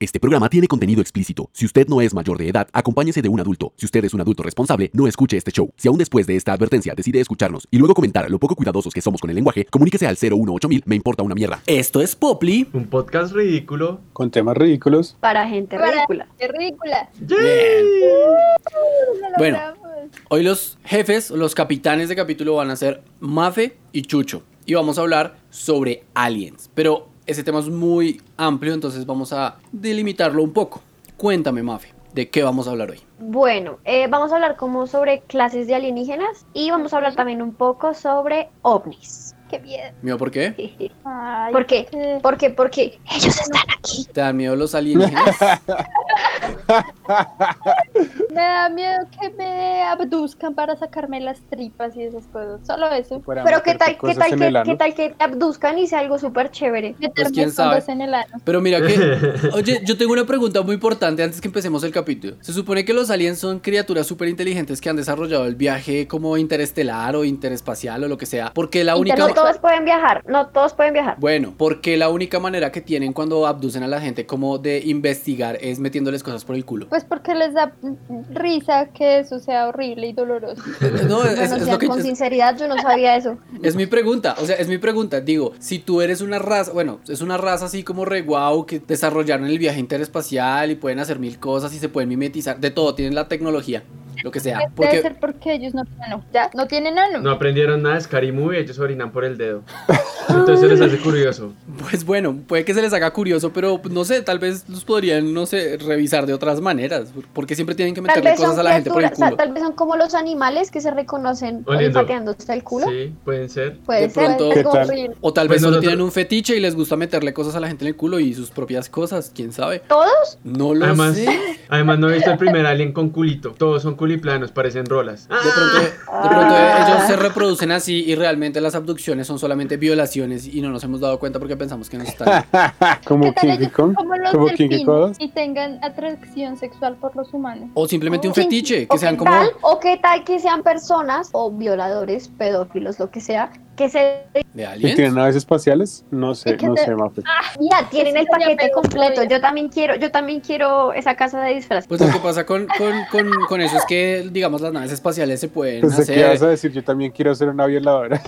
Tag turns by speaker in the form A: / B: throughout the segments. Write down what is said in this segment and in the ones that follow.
A: Este programa tiene contenido explícito. Si usted no es mayor de edad, acompáñese de un adulto. Si usted es un adulto responsable, no escuche este show. Si aún después de esta advertencia decide escucharnos y luego comentar lo poco cuidadosos que somos con el lenguaje, comuníquese al 018000, me importa una mierda.
B: Esto es Poply.
C: Un podcast ridículo.
D: Con temas ridículos.
E: Para gente
F: Para-
E: ridícula.
F: ¡Qué ridícula! Lo
B: Bueno.
F: logramos.
B: Hoy los jefes, los capitanes de capítulo van a ser Mafe y Chucho. Y vamos a hablar sobre aliens. Pero ese tema es muy amplio, entonces vamos a delimitarlo un poco. Cuéntame, Mafe, ¿de qué vamos a hablar hoy?
E: Bueno, eh, vamos a hablar como sobre clases de alienígenas y vamos a hablar también un poco sobre ovnis.
F: ¡Qué miedo!
B: ¿Mío por qué?
F: Ay,
E: ¿Por qué?
F: qué-
E: ¿Por qué? Porque ellos están aquí.
B: ¿Te dan miedo los alienígenas?
F: Me da miedo que me abduzcan para sacarme las tripas y esas cosas. Solo
B: Pues,
F: eso.
D: Fuera
E: Pero
D: meter
E: qué tal, qué
D: cosas
E: tal,
D: en
E: que,
D: el ano.
E: qué tal que te abduzcan y sea algo súper chévere.
F: Meterme
B: pues, quién
F: con
B: sabe.
F: dos en el ano.
B: Pero mira que. Oye, yo tengo una pregunta muy importante antes que empecemos el capítulo. Se supone que los aliens son criaturas súper inteligentes que han desarrollado el viaje como interestelar o interespacial o lo que sea. Porque la única.
E: No todos pueden viajar, no todos pueden viajar.
B: Bueno, porque la única manera que tienen cuando abducen a la gente como de investigar es metiéndoles cosas por el culo.
F: Pues porque les da mm, risa que eso sea horrible y doloroso.
B: No, es,
E: Bueno,
B: es
E: o sea,
B: lo que
E: con
B: es-
E: sinceridad yo no sabía eso.
B: es mi pregunta, o sea, es mi pregunta. Digo, si tú eres una raza, bueno, es una raza así como re guau que desarrollaron el viaje interespacial y pueden hacer mil cosas y se pueden mimetizar, de todo, tienen la tecnología, lo que sea.
F: Debe
B: Porque
F: ser porque ellos no tienen ano. Ya, no tienen ano.
C: No aprendieron nada de Scary Movie, ellos orinan por el dedo. Entonces les hace curioso.
B: Pues bueno, puede que se les haga curioso, pero no sé, tal vez los podrían, no sé, revisar de otras maneras, porque siempre tienen que
E: Tal
B: meterle
E: vez, son
B: cosas a la gente por el
E: criaturas,
B: culo.
E: o sea, tal vez son como los animales que se reconocen
C: Oliendo.
E: olfateándose el culo.
C: Sí, pueden ser.
E: Puede
B: De
E: ser,
B: pronto-
D: ¿Qué
E: es como
D: tal?
E: horrible.
B: O tal
C: Pues
B: vez solo
C: nosotros-
B: tienen un fetiche y les gusta meterle cosas a la gente en el culo y sus propias cosas, quién sabe.
E: ¿Todos?
B: No lo
C: Además,
B: sé. De
C: además no he visto el primer alien con culito. Todos son culiplanos, parecen rolas. Ah,
B: pronto, de pronto
E: Ah.
B: ellos se reproducen así y realmente las abducciones son solamente violaciones y no nos hemos dado cuenta porque pensamos que nos están.
D: Como
F: ¿Qué tal
D: King
F: ellos
D: Kong.
F: como los
D: Como King
F: delfines
D: Kong.
F: y tengan atracción sexual por los humanos?
B: O simplemente un
E: Sí,
B: fetiche,
E: o
B: que sean
E: qué
B: como.
E: tal- o qué tal que sean personas o violadores, pedófilos, lo que sea, que se
B: ¿De
D: ¿Y
B: aliens?
D: tienen naves espaciales? No sé,
F: Es que
D: no
F: te-
D: sé, Mafe.
E: mira, tienen
F: sí
E: el
F: sería
E: paquete
F: pedofilia.
E: completo. Yo también quiero, yo también quiero esa casa de disfraz.
B: Pues lo que pasa con, con, con, con eso es que, digamos, las naves espaciales se pueden
C: Pues
D: Entonces, ¿qué
B: hacer.
D: vas a decir? Yo también quiero ser una violadora.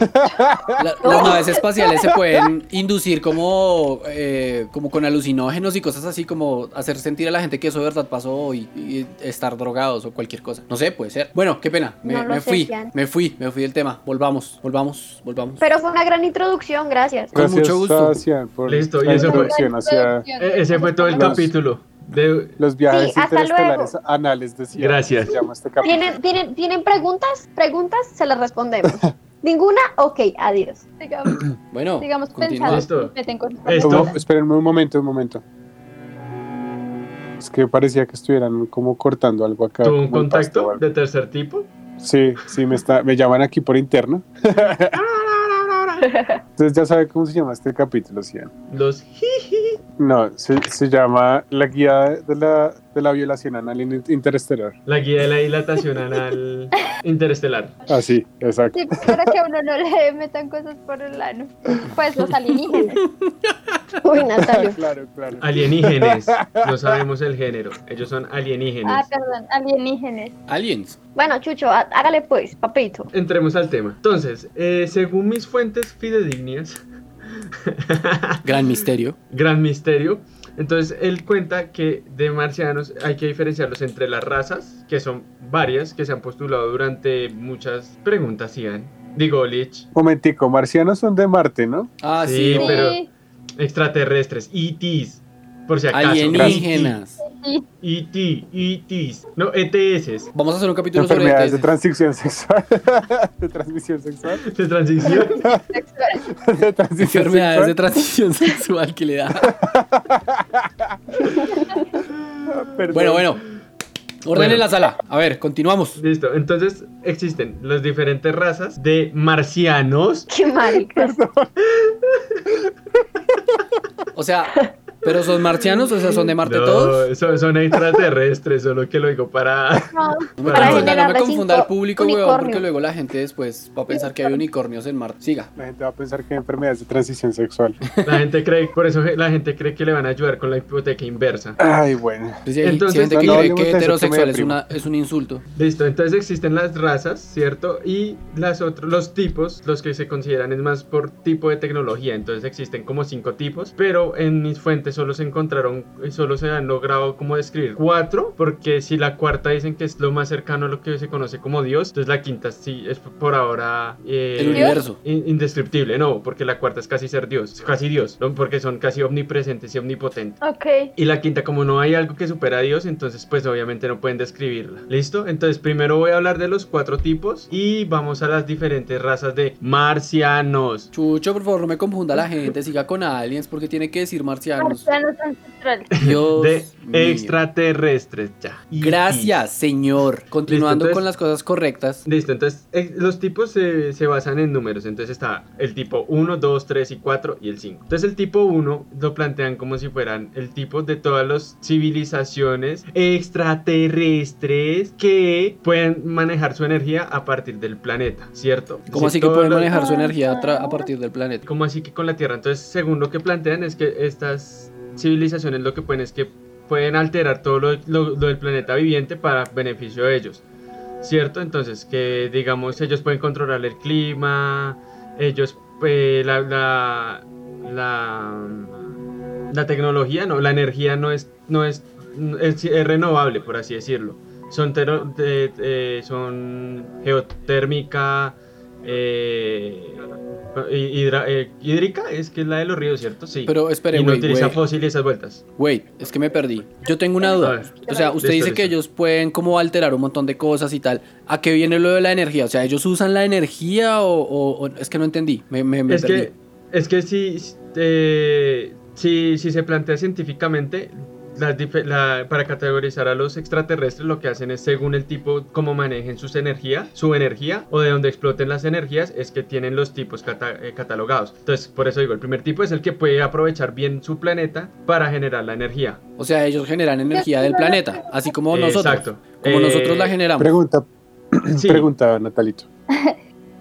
B: La- Las naves espaciales se pueden inducir como, eh, como con alucinógenos y cosas así, como hacer sentir a la gente que eso de verdad pasó y, y estar drogados o cualquier cosa. No sé, puede ser. Bueno, qué pena. Me,
E: No lo
B: me
E: sé,
B: fui,
E: Gian.
B: me fui, me fui del tema. Volvamos, volvamos, volvamos.
E: Pero fue una gran introducción, gracias.
B: Con mucho
D: Gracias,
B: gusto.
D: Sebastián, por
C: Listo, y
D: la
C: eso fue.
D: introducción hacia
C: e- ese fue todo el
D: Los-
C: capítulo. De-
D: los viajes
E: Sí, hasta
D: interestelares anales, decía.
C: Gracias.
D: se llama este capítulo.
E: ¿Tienen, tienen, ¿Tienen preguntas? ¿Preguntas? Se las respondemos. ¿Ninguna? Ok, adiós.
F: Digamos,
B: Bueno,
F: digamos
B: continúa.
F: pensados.
C: Listo.
F: Meten cosas.
C: Esto-
D: Hubo- espérenme un momento, un momento. Es que parecía que estuvieran como cortando algo acá.
C: ¿Tuvo
D: como
C: un
D: el pasto o
C: contacto
D: algo.
C: de tercer tipo?
D: Sí, sí, me, está, me llaman aquí por interno. Entonces ya sabe cómo se llama este capítulo, Cian.
C: Los jiji.
D: No, se, se llama La guía de la, de la violación anal in- interestelar.
C: La guía de la dilatación anal interestelar.
D: Así, Ah, exacto.
F: Sí, para que a uno no le metan cosas por el ano. Pues los alienígenas.
E: Uy, Natalia.
D: Claro, claro.
C: Alienígenes. No sabemos el género. Ellos son alienígenes.
F: Ah, perdón, alienígenes.
B: Aliens.
E: Bueno, Chucho, há- hágale pues, papito.
C: Entremos al tema. Entonces, eh, según mis fuentes fidedignas,
B: Gran misterio.
C: gran misterio. Entonces, él cuenta que de marcianos hay que diferenciarlos entre las razas, que son varias, que se han postulado durante muchas preguntas, Ian. Digo, Lich,
D: Momentico, marcianos son de Marte, ¿no?
B: Ah,
C: Sí,
B: sí.
C: pero-
F: Sí,
C: extraterrestres, ETs, por si acaso. E
B: Alienígenas.
F: sí.
C: ET, ETs, no, E ETS,
B: Vamos a hacer un capítulo sobre
D: Enfermedades de
B: ETS.
D: transición sexual. de transmisión sexual.
C: de transición.
D: De transición
B: Enfermedades de
D: sexual.
B: transición sexual que le da.
D: Perdón.
B: Bueno, bueno. Ordenen
C: Bueno.
B: la sala. A ver, continuamos.
C: Listo, entonces existen las diferentes razas de marcianos.
E: Qué maricas.
B: O sea, Pero son marcianos, o sea, son de Marte
C: No,
B: todos.
C: son, son extraterrestres, solo que lo digo para.
E: No,
B: No me,
E: Para
B: confunda- no
E: generar
B: me
E: de
B: confunda
E: cinco
B: el público, weón,
E: unicornio.
B: porque luego la gente después va a pensar que hay unicornios en Marte. Siga.
D: La gente va a pensar que hay enfermedades de transición sexual.
C: La gente cree, por eso la gente cree que le van a ayudar con la hipoteca inversa.
D: Ay, bueno.
B: Pues, si hay- si hay
C: Entonces,
B: gente que
D: no,
B: cree
D: no,
B: que
D: no,
B: heterosexual
D: no,
B: es, una, es un insulto.
C: Listo, entonces existen las razas, ¿cierto? Y las otros, los tipos, los que se consideran es más por tipo de tecnología, entonces existen como cinco tipos, pero en mis fuentes solo se encontraron, solo se han logrado como describir cuatro, porque si la cuarta dicen que es lo más cercano a lo que se conoce como Dios, entonces la quinta sí es por ahora... eh,
B: El universo.
C: in- Indescriptible, no, porque la cuarta es casi ser Dios, casi Dios, ¿no? porque son casi omnipresentes y omnipotentes.
F: Ok.
C: Y la quinta, como no hay algo que supera a Dios, entonces pues obviamente no pueden describirla. ¿Listo? Entonces primero voy a hablar de los cuatro tipos y vamos a las diferentes razas de marcianos.
B: Chucho, por favor, no me confunda la gente. Siga con aliens porque tiene que decir marcianos.
F: Marcianos ancestrales.
B: Dios.
C: De
B: mío.
C: extraterrestres, ya. Y-
B: Gracias, señor. Continuando
C: entonces-
B: con las cosas correctas.
C: y- Listo, entonces eh, los tipos se, se basan en números, entonces está el tipo 1, 2, 3 y 4 y el 5. Entonces el tipo 1 lo plantean como si fueran el tipo de todas las civilizaciones extraterrestres que pueden manejar su energía a partir del planeta, ¿cierto?
B: ¿Cómo
C: Sí,
B: así que
C: todas
B: pueden
C: las-
B: manejar su energía a, tra- a partir del planeta?
C: como así que con la Tierra? Entonces, según lo que plantean es que estas civilizaciones lo que pueden es que pueden alterar todo lo, lo- lo del planeta viviente para beneficio de ellos, ¿cierto? Entonces, que digamos, ellos pueden controlar el clima, ellos, eh, la, la, la, la tecnología, no, la energía no es, no es, es- es renovable, por así decirlo. Son, tero- de- eh, son geotérmica, eh, hi- hidra- eh, hídrica, es que es la de los ríos, ¿cierto? Sí.
B: Pero espere,
C: y no
B: güey,
C: utiliza
B: güey,
C: fósiles esas vueltas.
B: güey, es que me perdí. Yo tengo una
C: A
B: duda.
C: ver.
B: O sea, usted
C: Listo,
B: dice que
C: listo.
B: ellos pueden como alterar un montón de cosas y tal. ¿A qué viene lo de la energía? O sea, ¿ellos usan la energía o...? o- o- es que no entendí, me, me- me
C: Es
B: perdí.
C: que, es que si, eh, si, si se plantea científicamente, las dife- la- para categorizar a los extraterrestres lo que hacen es según el tipo, cómo manejen sus energías, su energía o de donde exploten las energías, es que tienen los tipos cata- eh, catalogados. Entonces, por eso digo, el primer tipo es el que puede aprovechar bien su planeta para generar la energía.
B: O sea, ellos generan energía del planeta, así como nosotros.
C: Exacto.
B: Como
C: Eh,
B: nosotros la generamos.
D: Pregunta,
C: Sí.
D: pregunta, Natalito.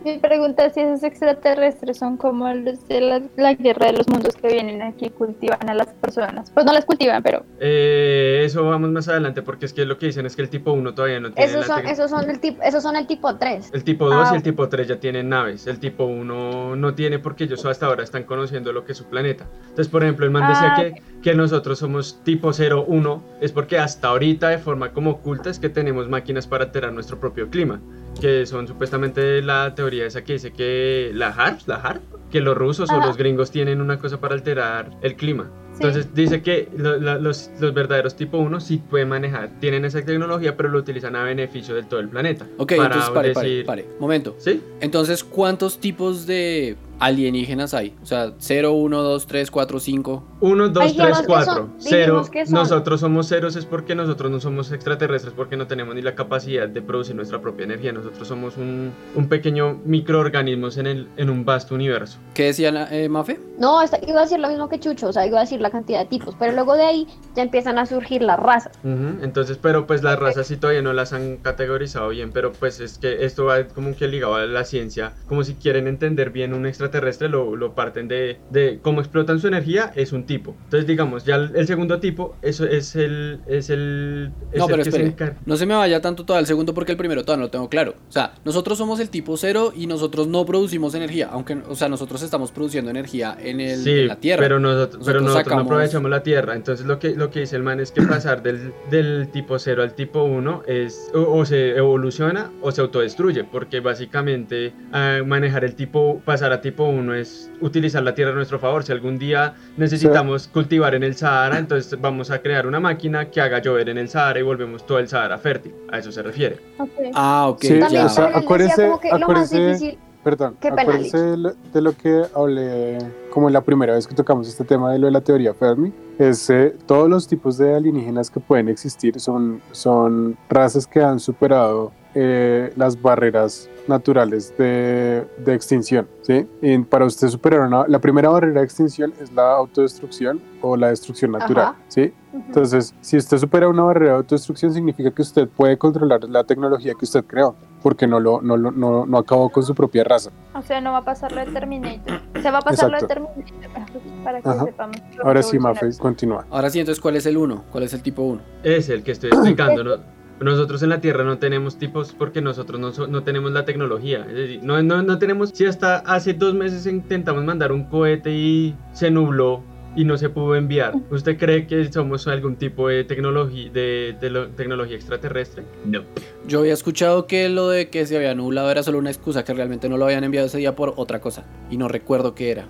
F: Mi pregunta es si esos extraterrestres son como los de la, la guerra de los mundos que vienen aquí y cultivan a las personas. Pues no las cultivan, pero
C: Eh, eso vamos más adelante porque es que lo que dicen es que el tipo 1 todavía no tiene
E: Esos
C: la
E: son,
C: tec-
E: esos son el tipo, esos son el tipo 3.
C: El tipo 2
E: Ah.
C: y el tipo 3 ya tienen naves. El tipo 1 no tiene porque ellos hasta ahora están conociendo lo que es su planeta. Entonces, por ejemplo, el man decía
F: Ah,
C: que, que nosotros somos tipo 0-1 es porque hasta ahorita de forma como oculta es que tenemos máquinas para alterar nuestro propio clima. Que son supuestamente la teoría esa que dice que la HARP, la HARP, que los rusos o
F: Ajá.
C: los gringos tienen una cosa para alterar el clima.
F: sí.
C: Entonces dice que lo- la- los, los verdaderos tipo 1 sí pueden manejar, tienen esa tecnología, pero lo utilizan a beneficio del todo el planeta.
B: Ok,
C: Para
B: entonces pare,
C: decir-
B: pare, pare. Momento.
C: ¿Sí?
B: Entonces, ¿cuántos tipos de alienígenas hay? O sea, 0, 1, 2, 3, 4, 5.
C: 1, 2,
E: dijimos
C: 3,
E: que
C: 4.
E: son, dijimos
C: 0.
E: que son.
C: Nosotros somos ceros es porque nosotros no somos extraterrestres, porque no tenemos ni la capacidad de producir nuestra propia energía. Nosotros somos un, un pequeño microorganismo en, el, en un vasto universo.
B: ¿Qué decía la- eh, Mafe?
E: No, está- iba a decir lo mismo que Chucho, o sea, iba a decir la cantidad de tipos, pero luego de ahí ya empiezan a surgir las razas.
C: Ujú, Entonces, pero pues las razas sí todavía no las han categorizado bien, pero pues es que esto va como que ligado a la ciencia, como si quieren entender bien un extraterrestre, lo, lo parten de, de cómo explotan su energía, es un tipo. Entonces, digamos, ya el, el segundo tipo, eso es el... Es el es
B: No,
C: el
B: pero
C: que se
B: espere.
C: encar-
B: No se me vaya tanto todo el segundo porque el primero todavía no lo tengo claro. O sea, nosotros somos el tipo 0 y nosotros no producimos energía. Aunque, o sea, nosotros estamos produciendo energía en, el, en la Tierra.
C: Pero nosotros,
B: Nosotros
C: pero nosotros
B: sacamos-
C: no aprovechamos la tierra. Entonces lo que, lo que dice el man es que pasar del, del tipo 0 al tipo 1 es o, o se evoluciona o se autodestruye. Porque básicamente ah, manejar el tipo, pasar a tipo 1 es utilizar la tierra a nuestro favor. Si algún día necesitamos cultivar en el Sahara, entonces vamos a crear una máquina que haga llover en el Sahara y volvemos todo el Sahara fértil. A eso se refiere.
F: Ok.
B: Ah, ok,
D: Sí,
E: También
B: ya.
D: o sea,
E: pero él
D: acuérdense-
E: decía como que lo más
D: acuérdense-
E: difícil,
D: Perdón,
E: Qué pena,
D: acuérdense de lo, de lo que hablé como la primera vez que tocamos este tema de lo de la teoría Fermi. Es, eh, todos los tipos de alienígenas que pueden existir son, son razas que han superado eh, las barreras naturales de, de extinción. ¿sí? Y para usted superar una- la primera barrera de extinción es la autodestrucción o la destrucción natural.
F: Ajá.
D: ¿sí? Entonces, si usted supera una barrera de autodestrucción, significa que usted puede controlar la tecnología que usted creó, porque no, lo, no, lo- no, no acabó con su propia raza.
F: O sea, no va a pasar lo de Terminator. Se va a pasar lo de
D: Exacto.
F: Terminator. Para que
D: Ajá.
F: sepamos. lo
D: Ahora sí,
F: revolucionario.
D: Mafe, continúa.
B: Ahora sí, entonces, ¿cuál es el 1? ¿Cuál es el tipo 1?
C: Es el que estoy explicando. ¿no? Nosotros en la Tierra no tenemos tipos porque nosotros no, so- no tenemos la tecnología. Es decir, no, no, no tenemos. Si hasta hace dos meses intentamos mandar un cohete y se nubló y no se pudo enviar, ¿usted cree que somos algún tipo de, tecnología de, de lo- tecnología extraterrestre? No.
B: Yo había escuchado que lo de que se había nublado era solo una excusa, que realmente no lo habían enviado ese día por otra cosa. Y no recuerdo qué era.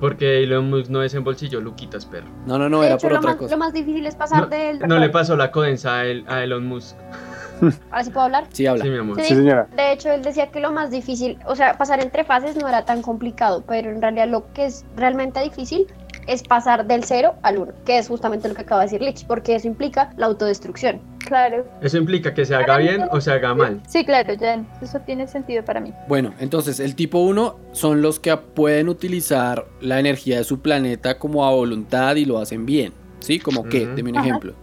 C: Porque Elon Musk no desembolsilló Luquitas, perro.
B: No, no, no,
E: de
B: era
E: hecho,
B: por
E: lo
B: otra
E: más, lo
B: cosa.
E: más difícil es pasar
C: No,
E: del...
C: no le pasó la codensa a, el- a Elon Musk.
E: Ahora sí puedo hablar.
B: Sí, habla.
C: Sí, mi amor.
E: Sí.
D: Sí, señora.
E: De hecho, él decía que lo más difícil, o sea, pasar entre fases no era tan complicado, pero en realidad lo que es realmente difícil es pasar del 0 al 1, que es justamente lo que acaba de decir Lich, porque eso implica la autodestrucción.
F: Claro.
C: Eso implica que se haga bien o se haga mal.
F: Sí, claro, ya. Eso tiene sentido para mí.
B: Bueno, entonces el tipo 1 son los que pueden utilizar la energía de su planeta como a voluntad y lo hacen bien. ¿Sí? Como que,
C: Ujú.
B: deme un ejemplo.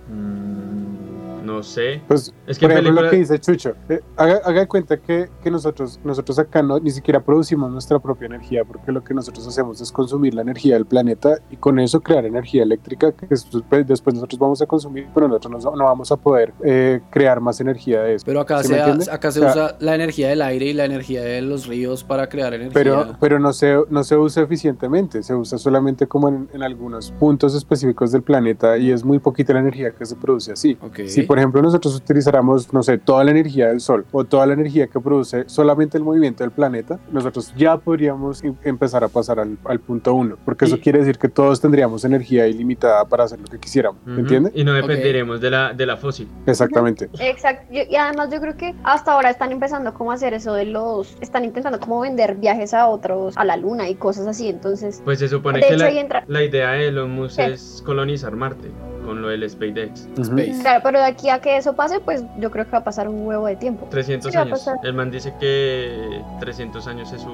C: Mm, No sé.
D: Pues,
C: Es que
D: por ejemplo,
C: película-
D: lo que dice Chucho, eh, haga, haga de cuenta que, que nosotros, nosotros acá no, ni siquiera producimos nuestra propia energía, porque lo que nosotros hacemos es consumir la energía del planeta y con eso crear energía eléctrica que después, pues, después nosotros vamos a consumir, pero nosotros no, no vamos a poder eh, crear más energía de eso.
B: Pero acá
D: ¿Sí me
B: se, ha-
D: entiende?
B: acá se
D: O sea,
B: usa la energía del aire y la energía de los ríos para crear energía.
D: Pero, pero no, se, no se usa eficientemente, se usa solamente como en, en algunos puntos específicos del planeta y es muy poquita la energía que se produce así.
B: Ok.
D: Si por ejemplo nosotros utilizáramos, no sé, toda la energía del Sol o toda la energía que produce solamente el movimiento del planeta, nosotros ya podríamos em- empezar a pasar al, al punto uno, porque eso
B: Y-
D: quiere decir que todos tendríamos energía ilimitada para hacer lo que quisiéramos, ¿me
C: Ujú.
D: entiende?
C: Y no dependeremos de, la, de la fósil.
D: Exactamente.
E: Exacto. Yo- y además yo creo que hasta ahora están empezando como a hacer eso de los, están intentando como vender viajes a otros, a la luna y cosas así, entonces...
C: Pues se supone
E: De
C: que
E: hecho, ahí
C: la,
E: entra-
C: la idea de Elon Musk
E: ¿Qué?
C: es colonizar Marte con lo del SpaceX.
D: Ujú.
B: Space.
E: Claro, pero de aquí a que eso pase, pues yo creo que va a pasar un huevo de tiempo.
C: 300
E: Sí, va a
C: años.
E: pasar.
C: El man dice que 300 años es su,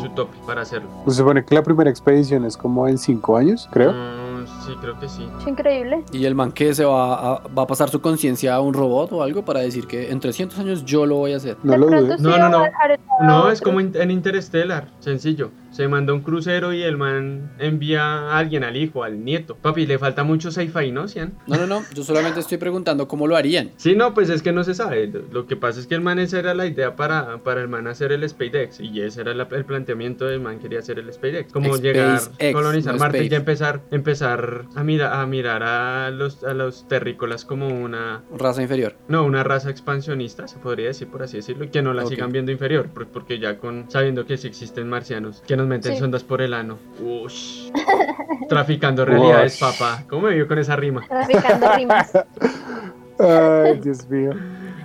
C: su tope para hacerlo.
D: Se supone que la primera expedición es como en cinco años, creo.
C: Mm, sí, creo que sí.
F: Es increíble.
B: ¿Y el man que se va a, va a pasar su conciencia a un robot o algo para decir que en 300 años yo lo voy a hacer?
D: No
F: De
D: lo
F: pronto
D: dudes.
F: sí
C: No, no,
F: va a
C: no.
F: dejar el-
C: No, es
F: otro.
C: como in- en Interstellar, sencillo. Se manda un crucero y el man envía a alguien, al hijo, al nieto. Papi, le falta mucho sci-fi, ¿no, Cian?
B: No, no, no. Yo solamente estoy preguntando cómo lo harían.
C: Sí, no, pues es que no se sabe. Lo- Lo que pasa es que el man esa era la idea para, para el man hacer el SpaceX. Y ese era la- el planteamiento del man quería hacer el SpaceX. Como
B: SpaceX,
C: llegar, colonizar
B: no
C: Marte y
B: Space.
C: ya empezar, empezar a, mira, a mirar a los, a los terrícolas como una...
B: Raza inferior.
C: No, una raza expansionista, se podría decir, por así decirlo, y que no la
B: Ok.
C: sigan viendo inferior, por- porque ya con sabiendo que sí existen marcianos, que nos meten
E: Sí.
C: sondas por el ano. Ush. Traficando realidades,
D: Ush.
C: papá. ¿Cómo me vio con esa rima?
E: Traficando rimas.
D: Ay, Dios mío.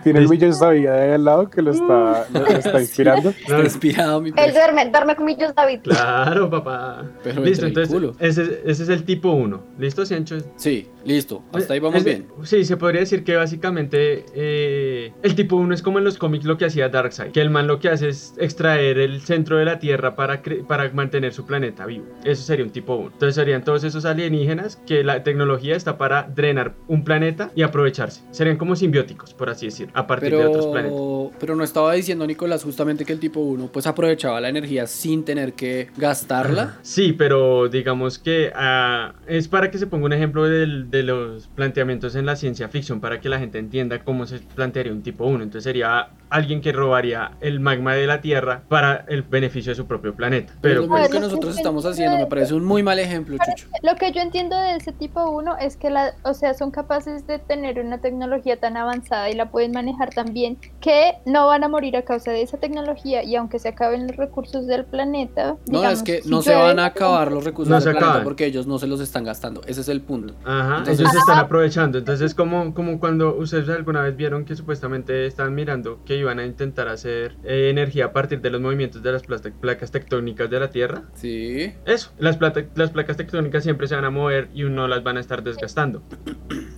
D: Tiene el
C: Listo.
D: millón sabía de ahí al lado que lo está, lo está inspirando.
C: No,
B: Está inspirado mi
E: Él
B: pecho.
E: duerme, duerme con millos David.
C: Claro, papá.
B: Pero
C: Listo,
B: entre el
C: entonces
B: culo.
C: ese, ese es el tipo 1. ¿Listo, Ciancho?
B: Sí, listo. Hasta ahí vamos
C: Ese-
B: bien.
C: Sí, se podría decir que básicamente eh, el tipo 1 es como en los cómics lo que hacía Darkseid, que el man lo que hace es extraer el centro de la Tierra para, cre- para mantener su planeta vivo. Eso sería un tipo 1. Entonces serían todos esos alienígenas que la tecnología está para drenar un planeta y aprovecharse. Serían como simbióticos, por así decir, a partir de otros planetas.
B: Pero, pero no estaba diciendo Nicolás justamente que el tipo 1 pues aprovechaba la energía sin tener que gastarla.
C: Sí, pero digamos que ah, es para que se ponga un ejemplo del- de los planteamientos en la ciencia ficción, para que la gente entienda cómo se plantearía un tipo 1. Entonces sería alguien que robaría el magma de la Tierra para el beneficio de su propio planeta.
B: Pero
C: Pero
B: es lo mismo
C: pues,
B: que nosotros estamos haciendo. Me parece un muy mal ejemplo, Chucho.
F: Lo que yo entiendo de ese tipo 1 es que la, o sea, son capaces de tener una tecnología tan avanzada y la pueden manejar tan bien que no van a morir a causa de esa tecnología y aunque se acaben los recursos del planeta,
B: No,
F: digamos,
B: es que
F: si
B: no se
F: llueve,
B: van a acabar los recursos
C: No
B: del
C: se
B: planeta
C: acaban.
B: porque ellos no se los están gastando. Ese es el punto.
C: ajá,
B: Entonces-
C: ellos se están aprovechando. Entonces como, como cuando ustedes alguna vez vieron que supuestamente supuestamente estaban mirando que iban a intentar hacer eh, energía a partir de los movimientos de las plas- placas tectónicas de la Tierra.
B: Sí.
C: Eso, las, plata- las placas tectónicas siempre se van a mover y uno las van a estar desgastando.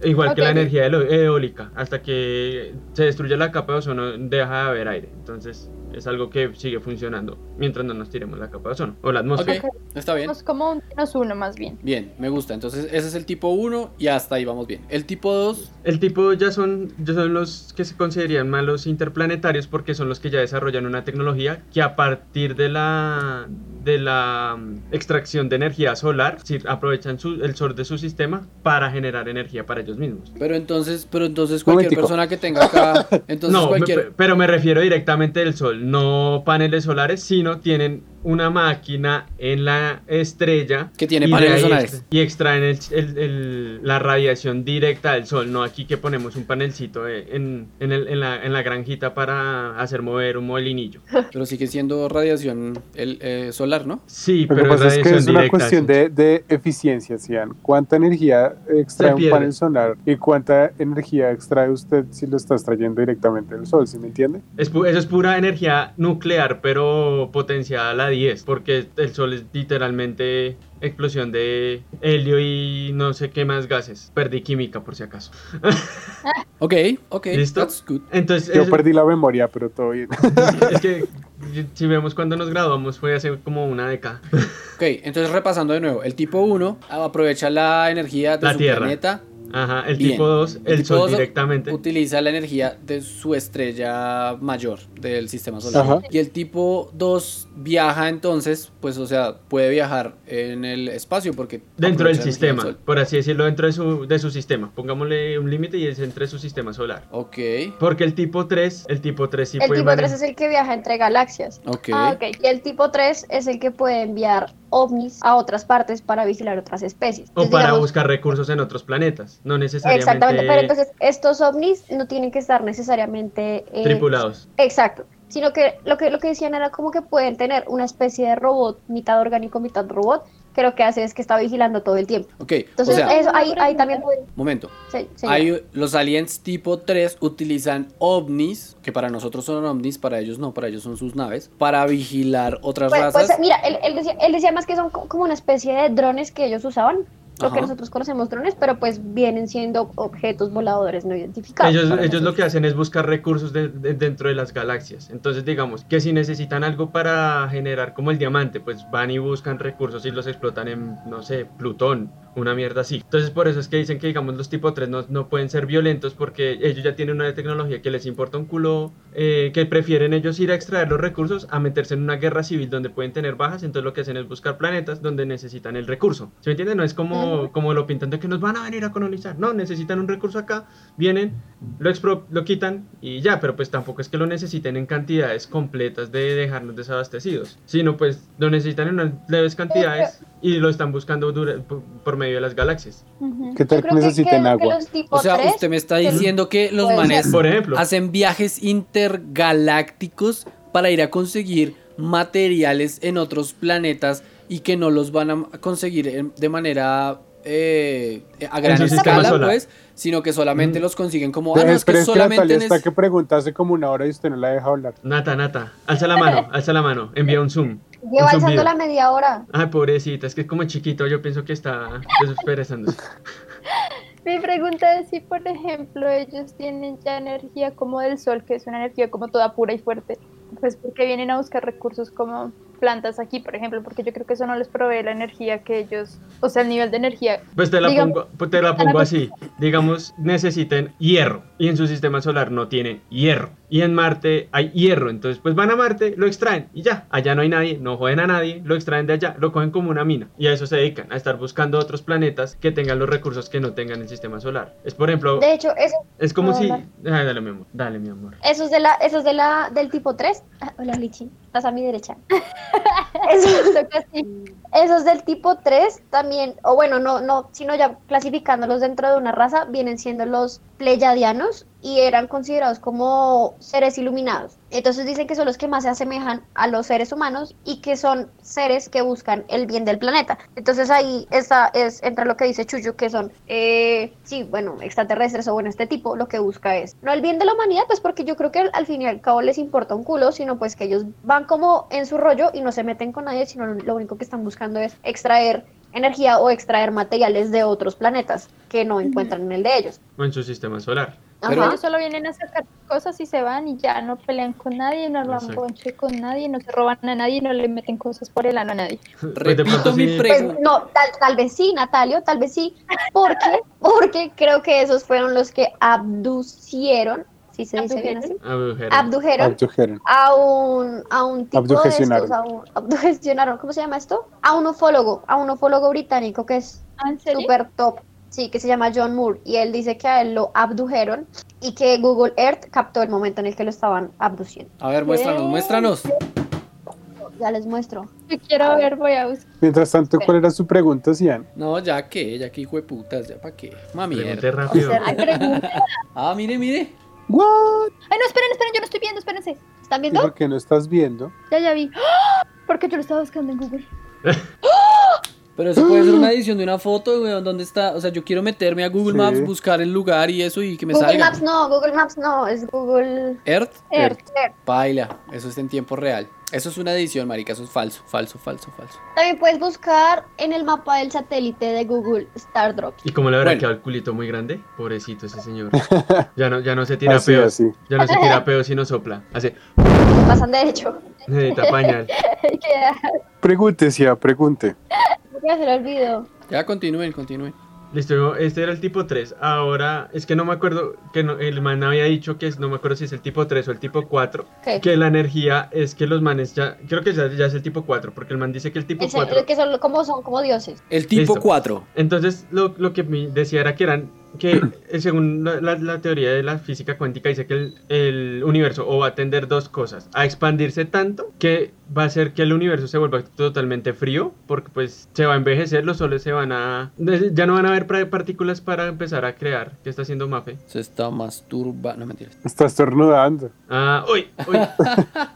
C: Igual que la
F: Ok.
C: energía elo- eólica, hasta que se destruya la capa de ozono, deja de haber aire. Entonces, es algo que sigue funcionando mientras no nos tiremos la capa de ozono o la
B: Ok,
C: atmósfera.
B: está bien.
F: Somos como un menos uno más bien.
B: Bien, me gusta. Entonces, ese es el tipo 1 y hasta ahí vamos bien. El tipo 2,
C: El tipo ya son, ya son los que se considerarían malos interplanetarios porque son los que ya desarrollan una tecnología que a partir de la de la mm, extracción de energía solar, si aprovechan su- el sol de su sistema para generar energía para ellos mismos.
B: pero entonces, pero entonces cualquier
D: Momentico.
B: persona que tenga acá, entonces
C: no, me-
B: cualquier
C: pe- pero me refiero directamente del sol, no paneles solares, sino tienen una máquina en la estrella
B: Que tiene
C: y de
B: paneles
C: ahí
B: solares.
C: extra- y extraen el- el- el- la radiación directa del sol, no aquí que ponemos un panelcito eh, en, en el- en la, en la granjita para hacer mover un molinillo.
B: pero sigue siendo radiación el, eh, solar, ¿no?
C: Sí,
D: Lo que
C: pero
D: pasa es que
C: radiación
D: es una
C: directa,
D: cuestión
C: sí.
D: de, de eficiencia, Cian. ¿Cuánta energía extrae
C: Se
D: un
C: pierde.
D: panel solar y cuánta energía extrae usted si lo estás trayendo directamente del sol? ¿Sí me entiende?
C: Es pu- eso es pura energía nuclear, pero potenciada a la 10, porque el sol es literalmente explosión de helio y no sé qué más gases. Perdí química por si acaso.
B: Ok, ok.
C: ¿Listo?
B: That's good.
C: Entonces,
D: Yo
C: es,
D: perdí la memoria, pero todo bien.
C: es que si vemos cuando nos graduamos fue hace como una década.
B: Ok, entonces repasando de nuevo, el tipo 1 aprovecha la energía de
C: La
B: su
C: Tierra.
B: planeta,
C: Ajá, el
B: Bien.
C: tipo 2, el,
B: tipo
C: sol
B: dos
C: directamente.
B: utiliza la energía de su estrella mayor del sistema solar.
D: Ajá.
B: Y el tipo 2 viaja entonces, pues o sea, puede viajar en el espacio porque...
C: Dentro del
B: aprovecha la energía
C: sistema,
B: sol.
C: por así decirlo, dentro de su, de su sistema. Pongámosle un límite y es entre su sistema solar.
B: Ok,
C: Porque el tipo 3, el tipo 3 sí
E: El
C: puede
E: tipo 3
C: mane-
E: es el que viaja entre galaxias.
B: ok.
F: Ah, ok.
E: Y el tipo 3 es el que puede enviar ovnis a otras partes para vigilar otras especies.
C: O
E: Entonces,
C: para
E: digamos,
C: buscar recursos en otros planetas, no necesariamente
E: Exactamente, pero entonces estos ovnis no tienen que estar necesariamente eh,
C: tripulados.
E: Exacto, sino que lo que lo que decían era como que pueden tener una especie de robot, mitad orgánico, mitad robot, que lo que hace es que está vigilando todo el tiempo.
B: Ok,
E: Entonces, eh,
B: o sea,
E: eso ahí, ahí también pueden-
B: momento.
E: se- señor.
B: Hay, los aliens tipo 3 utilizan ovnis, que para nosotros son ovnis, para ellos no, para ellos son sus naves, para vigilar otras
E: Pues- pues,
B: razas.
E: mira, él, él decía, él decía más que son co- como una especie de drones que ellos usaban, lo
B: Ajá.
E: que nosotros conocemos drones, pero pues vienen siendo objetos voladores no identificados.
C: ellos
E: para
C: ellos lo
E: nosotros.
C: que hacen es buscar recursos de- de- dentro de las galaxias. Entonces, digamos que si necesitan algo para generar como el diamante, pues van y buscan recursos y los explotan en, no sé, Plutón, una mierda así. Entonces, por eso es que dicen que, digamos, los tipo 3 no, no pueden ser violentos porque ellos ya tienen una tecnología que les importa un culo, eh, que prefieren ellos ir a extraer los recursos a meterse en una guerra civil donde pueden tener bajas. Entonces, lo que hacen es buscar planetas donde necesitan el recurso. ¿Se me entiende? No es como, como lo pintan de que nos van a venir a colonizar. No, necesitan un recurso acá, vienen, lo, expro- lo quitan y ya, pero pues tampoco es que lo necesiten en cantidades completas de dejarnos desabastecidos, sino pues lo necesitan en unas leves cantidades y lo están buscando dura- por, por medio de las galaxias.
F: Ujú.
D: ¿Qué
E: Yo
D: tal
E: creo
D: que
E: que-
D: necesiten
E: que- que
D: agua?
E: los tipo
B: O sea,
E: 3
B: usted me está
E: que-
B: diciendo que los
E: pueden
B: manes
E: ser.
C: Por ejemplo,
B: hacen viajes intergalácticos para ir a conseguir materiales en otros planetas y que no los van a conseguir en- de manera eh, a gran
C: su sistema
B: escala,
C: solar.
B: pues, sino que solamente
C: Mm.
B: los consiguen como... Ah,
D: Deje,
B: no, es
D: pero
B: que
D: es que Natalia
B: solamente...
D: está
B: nes-
D: que pregunta hace como una hora y usted no la deja hablar.
C: Nata, Nata, alza la mano, alza la mano, envía un zoom.
E: lleva
C: un zumbido.
E: alzando la media hora.
C: Ay, pobrecita, es que es como chiquito, yo pienso que está desesperándose.
F: Mi pregunta es si, por ejemplo, ellos tienen ya energía como del sol, que es una energía como toda pura y fuerte, pues porque vienen a buscar recursos como plantas aquí, por ejemplo, porque yo creo que eso no les provee la energía que ellos, o sea, el nivel de energía.
C: Pues te la
F: Digamos-
C: pongo, pues te la pongo así. Digamos, necesiten hierro. Y en su sistema solar no tienen hierro. Y en Marte hay hierro. Entonces, pues van a Marte, lo extraen y ya. Allá no hay nadie, no joden a nadie, lo extraen de allá, lo cogen como una mina. Y a eso se dedican, a estar buscando otros planetas que tengan los recursos que no tengan el sistema solar. Es por ejemplo,
E: De hecho, eso,
C: es como
E: ¿puedo
C: si.
E: hablar?
C: Ay, dale, mi amor. Dale, mi amor.
E: eso es de la, eso es de la, del tipo 3. Ah, hola, Lichi, estás a mi derecha. eso, es lo que sí. Eso es del tipo 3 también, o bueno, no, no, sino ya clasificándolos dentro de una raza, vienen siendo los pleyadianos y eran considerados como seres iluminados. Entonces dicen que son los que más se asemejan a los seres humanos y que son seres que buscan el bien del planeta. Entonces ahí está, es, entra lo que dice Chuyo, que son, eh, sí, bueno, extraterrestres o bueno, este tipo lo que busca es, no el bien de la humanidad, pues porque yo creo que al, al fin y al cabo les importa un culo, sino pues que ellos van como en su rollo y no se meten con nadie, sino lo, lo único que están buscando es extraer energía o extraer materiales de otros planetas que no encuentran en el de ellos.
C: o en su sistema solar.
B: Pero-
E: Ajá.
F: Ellos solo vienen a sacar cosas y se van y ya no pelean con nadie, no arman
C: Exacto.
F: ponche con nadie, no se roban a nadie, no le meten cosas por el ano a nadie.
C: Pues de pronto
B: Repito mi
C: sí-
E: Pues
B: pregunta.
E: no, tal, tal vez sí, Natalio, tal vez sí. ¿Por qué? Porque creo que esos fueron los que abducieron, si se dice bien así,
C: Agujero.
E: abdujeron
D: Abdujeron.
E: a un, a un tipo de estos,
D: Abdugestionaron.
E: a un- abdugestionaron, ¿cómo se llama esto? A un ufólogo, a un ufólogo británico que es
F: Ah, ¿En serio?
E: super top, sí, que se llama John Moore, y él dice que a él lo abdujeron y que Google Earth captó el momento en el que lo estaban abduciendo.
B: A ver, muéstranos, muéstranos.
E: Ya les muestro.
F: Yo
E: Ah.
F: quiero ver, voy a buscar.
D: Mientras tanto, ¿cuál era su pregunta, Cian?
B: No, ya que, ya que hijo de putas, ya para qué. Mami.
C: Pregunté rápido.
E: Ay, pregunta.
B: Ah, mire, mire.
D: ¿What?
F: Ay, no, esperen, esperen, yo no estoy viendo, espérense.
E: ¿Están
D: ¿Y
E: viendo?
D: por qué no estás viendo?
F: Ya, ya vi. ¡Ah! Porque yo lo estaba buscando en Google.
B: Pero eso puede ser una edición de una foto, weón. ¿Dónde está? O sea, yo quiero meterme a Google
D: Sí.
B: Maps, buscar el lugar y eso y que me
E: Google
B: salga.
E: Maps no, Google Maps no, es Google
B: Earth,
F: Earth.
E: Earth.
B: baila. Eso es en tiempo real. Eso es una edición, marica. Eso es falso, falso, falso, falso.
E: También puedes buscar en el mapa del satélite de Google Star Drops.
C: Y como le habrá
B: Bueno.
C: quedado el culito muy grande, pobrecito ese señor. Ya no, ya no se tira
D: Así,
C: peo.
D: así.
C: Ya no se tira peo si no sopla. Hace,
E: Pasan derecho.
C: necesita pañal.
F: Ay, qué asco.
D: Pregunte, Cian, pregunte.
E: Ya se lo olvido.
B: Ya continúen, continúen.
C: Listo, este era el tipo 3. Ahora, es que no me acuerdo, que no- el man había dicho que es- no me acuerdo si es el tipo 3 o el tipo 4.
E: Ok.
C: Que la energía es que los manes ya, creo que ya, ya es el tipo 4, porque el man dice que el tipo
E: Es-
C: 4...
E: que son como son como dioses.
B: El tipo
C: Listo.
B: 4.
C: Entonces, lo, lo que me decía era que eran, que eh, según la, la- la teoría de la física cuántica, dice que el, el universo o va a tender dos cosas, a expandirse tanto que va a hacer que el universo se vuelva totalmente frío, porque pues se va a envejecer, los soles se van a... Ya no van a haber pra- partículas para empezar a crear, ¿qué está haciendo Mafe?
B: Se está masturbando. No, mentiras.
D: Estás tornudando.
C: Ah, uy, uy. Ah,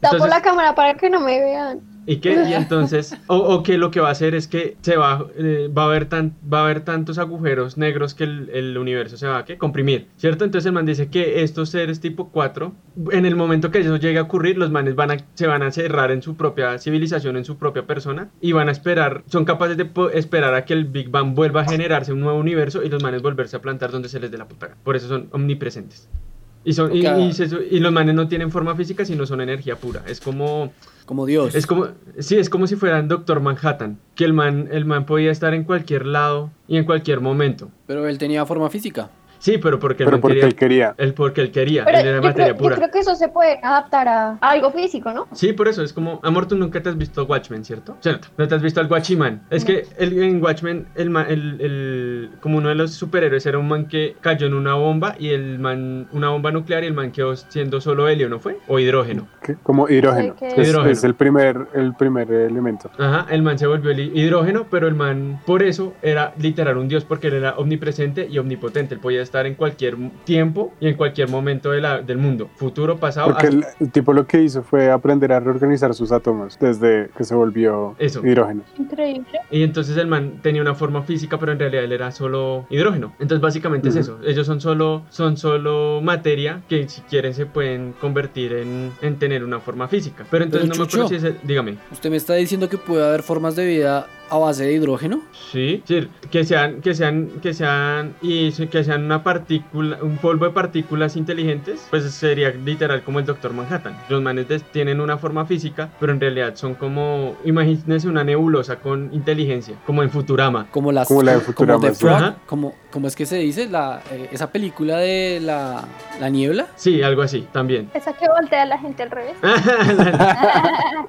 E: Tapo
C: entonces-
E: la cámara para que no me vean.
C: ¿Y que Y entonces, o, o que lo que va a hacer es que se va, eh, va, a haber tan, va a haber tantos agujeros negros que el, el universo se va a ¿qué? comprimir, ¿cierto? Entonces el man dice que estos seres tipo 4, en el momento que eso llegue a ocurrir, los manes van a, se van a cerrar en su propia civilización, en su propia persona, y van a esperar, son capaces de po- esperar a que el Big Bang vuelva a generarse un nuevo universo y los manes volverse a plantar donde se les dé la puta gana. Por eso son omnipresentes. Y, son, y-
B: Ok.
C: y se su- y los manes no tienen forma física, sino son energía pura. Es como...
B: Como Dios.
C: Es como, sí, es como si fueran Doctor Manhattan, que el man, el man podía estar en cualquier lado y en cualquier momento.
B: Pero él tenía forma física.
C: Sí, pero porque el
D: Pero
C: man
D: porque
C: quería-
D: él quería.
C: él porque él quería,
E: Pero
C: él era
E: yo
C: materia
E: creo, yo
C: pura.
E: creo que eso se puede adaptar a, a algo físico, ¿no?
C: Sí, por eso es como, amor, tú nunca te has visto Watchmen, ¿cierto? Se nota, no te has visto al Watchman. Es que el, en Watchmen, el, ma- el- el- como uno de los superhéroes era un man que cayó en una bomba y el man, una bomba nuclear y el man quedó siendo solo helio, ¿no fue? O hidrógeno.
D: ¿Qué? Como hidrógeno.
F: Ok.
D: Es,
C: Hidrógeno.
D: es el primer, el primer elemento.
C: Ajá, el man se volvió el hidrógeno, pero el man por eso era literal un dios, porque él era omnipresente y omnipotente. Él podía estar en cualquier tiempo y en cualquier momento de la- del mundo, futuro, pasado.
D: Porque
C: hasta-
D: el, el tipo lo que hizo fue aprender a reorganizar sus átomos desde que se volvió
C: Eso.
D: hidrógeno.
F: Increíble.
C: Y entonces el man tenía una forma física, pero en realidad él era solo hidrógeno. Entonces básicamente es eso.
D: Ujú.
C: Ellos son solo, son solo materia que si quieren se pueden convertir en, en tener una forma física. Pero entonces
B: Pero,
C: no me acuerdo si
B: Chucho.
C: es el- Dígame.
B: ¿Usted me está diciendo que puede haber formas de vida a base de hidrógeno?
C: Sí, sí, que sean, que sean, que sean, y se- que sean una partícula, un polvo de partículas inteligentes, pues sería literal como el Doctor Manhattan. Los manes des- tienen una forma física, pero en realidad son como, imagínense una nebulosa con inteligencia, como en Futurama.
B: Como las
D: Como la de Futurama,
B: como The
D: sí.
B: Frog,
C: Ajá.
B: como, como es que se dice la, eh, esa película de la, la niebla,
C: Sí, algo así, también.
F: Esa que voltea a la gente al revés.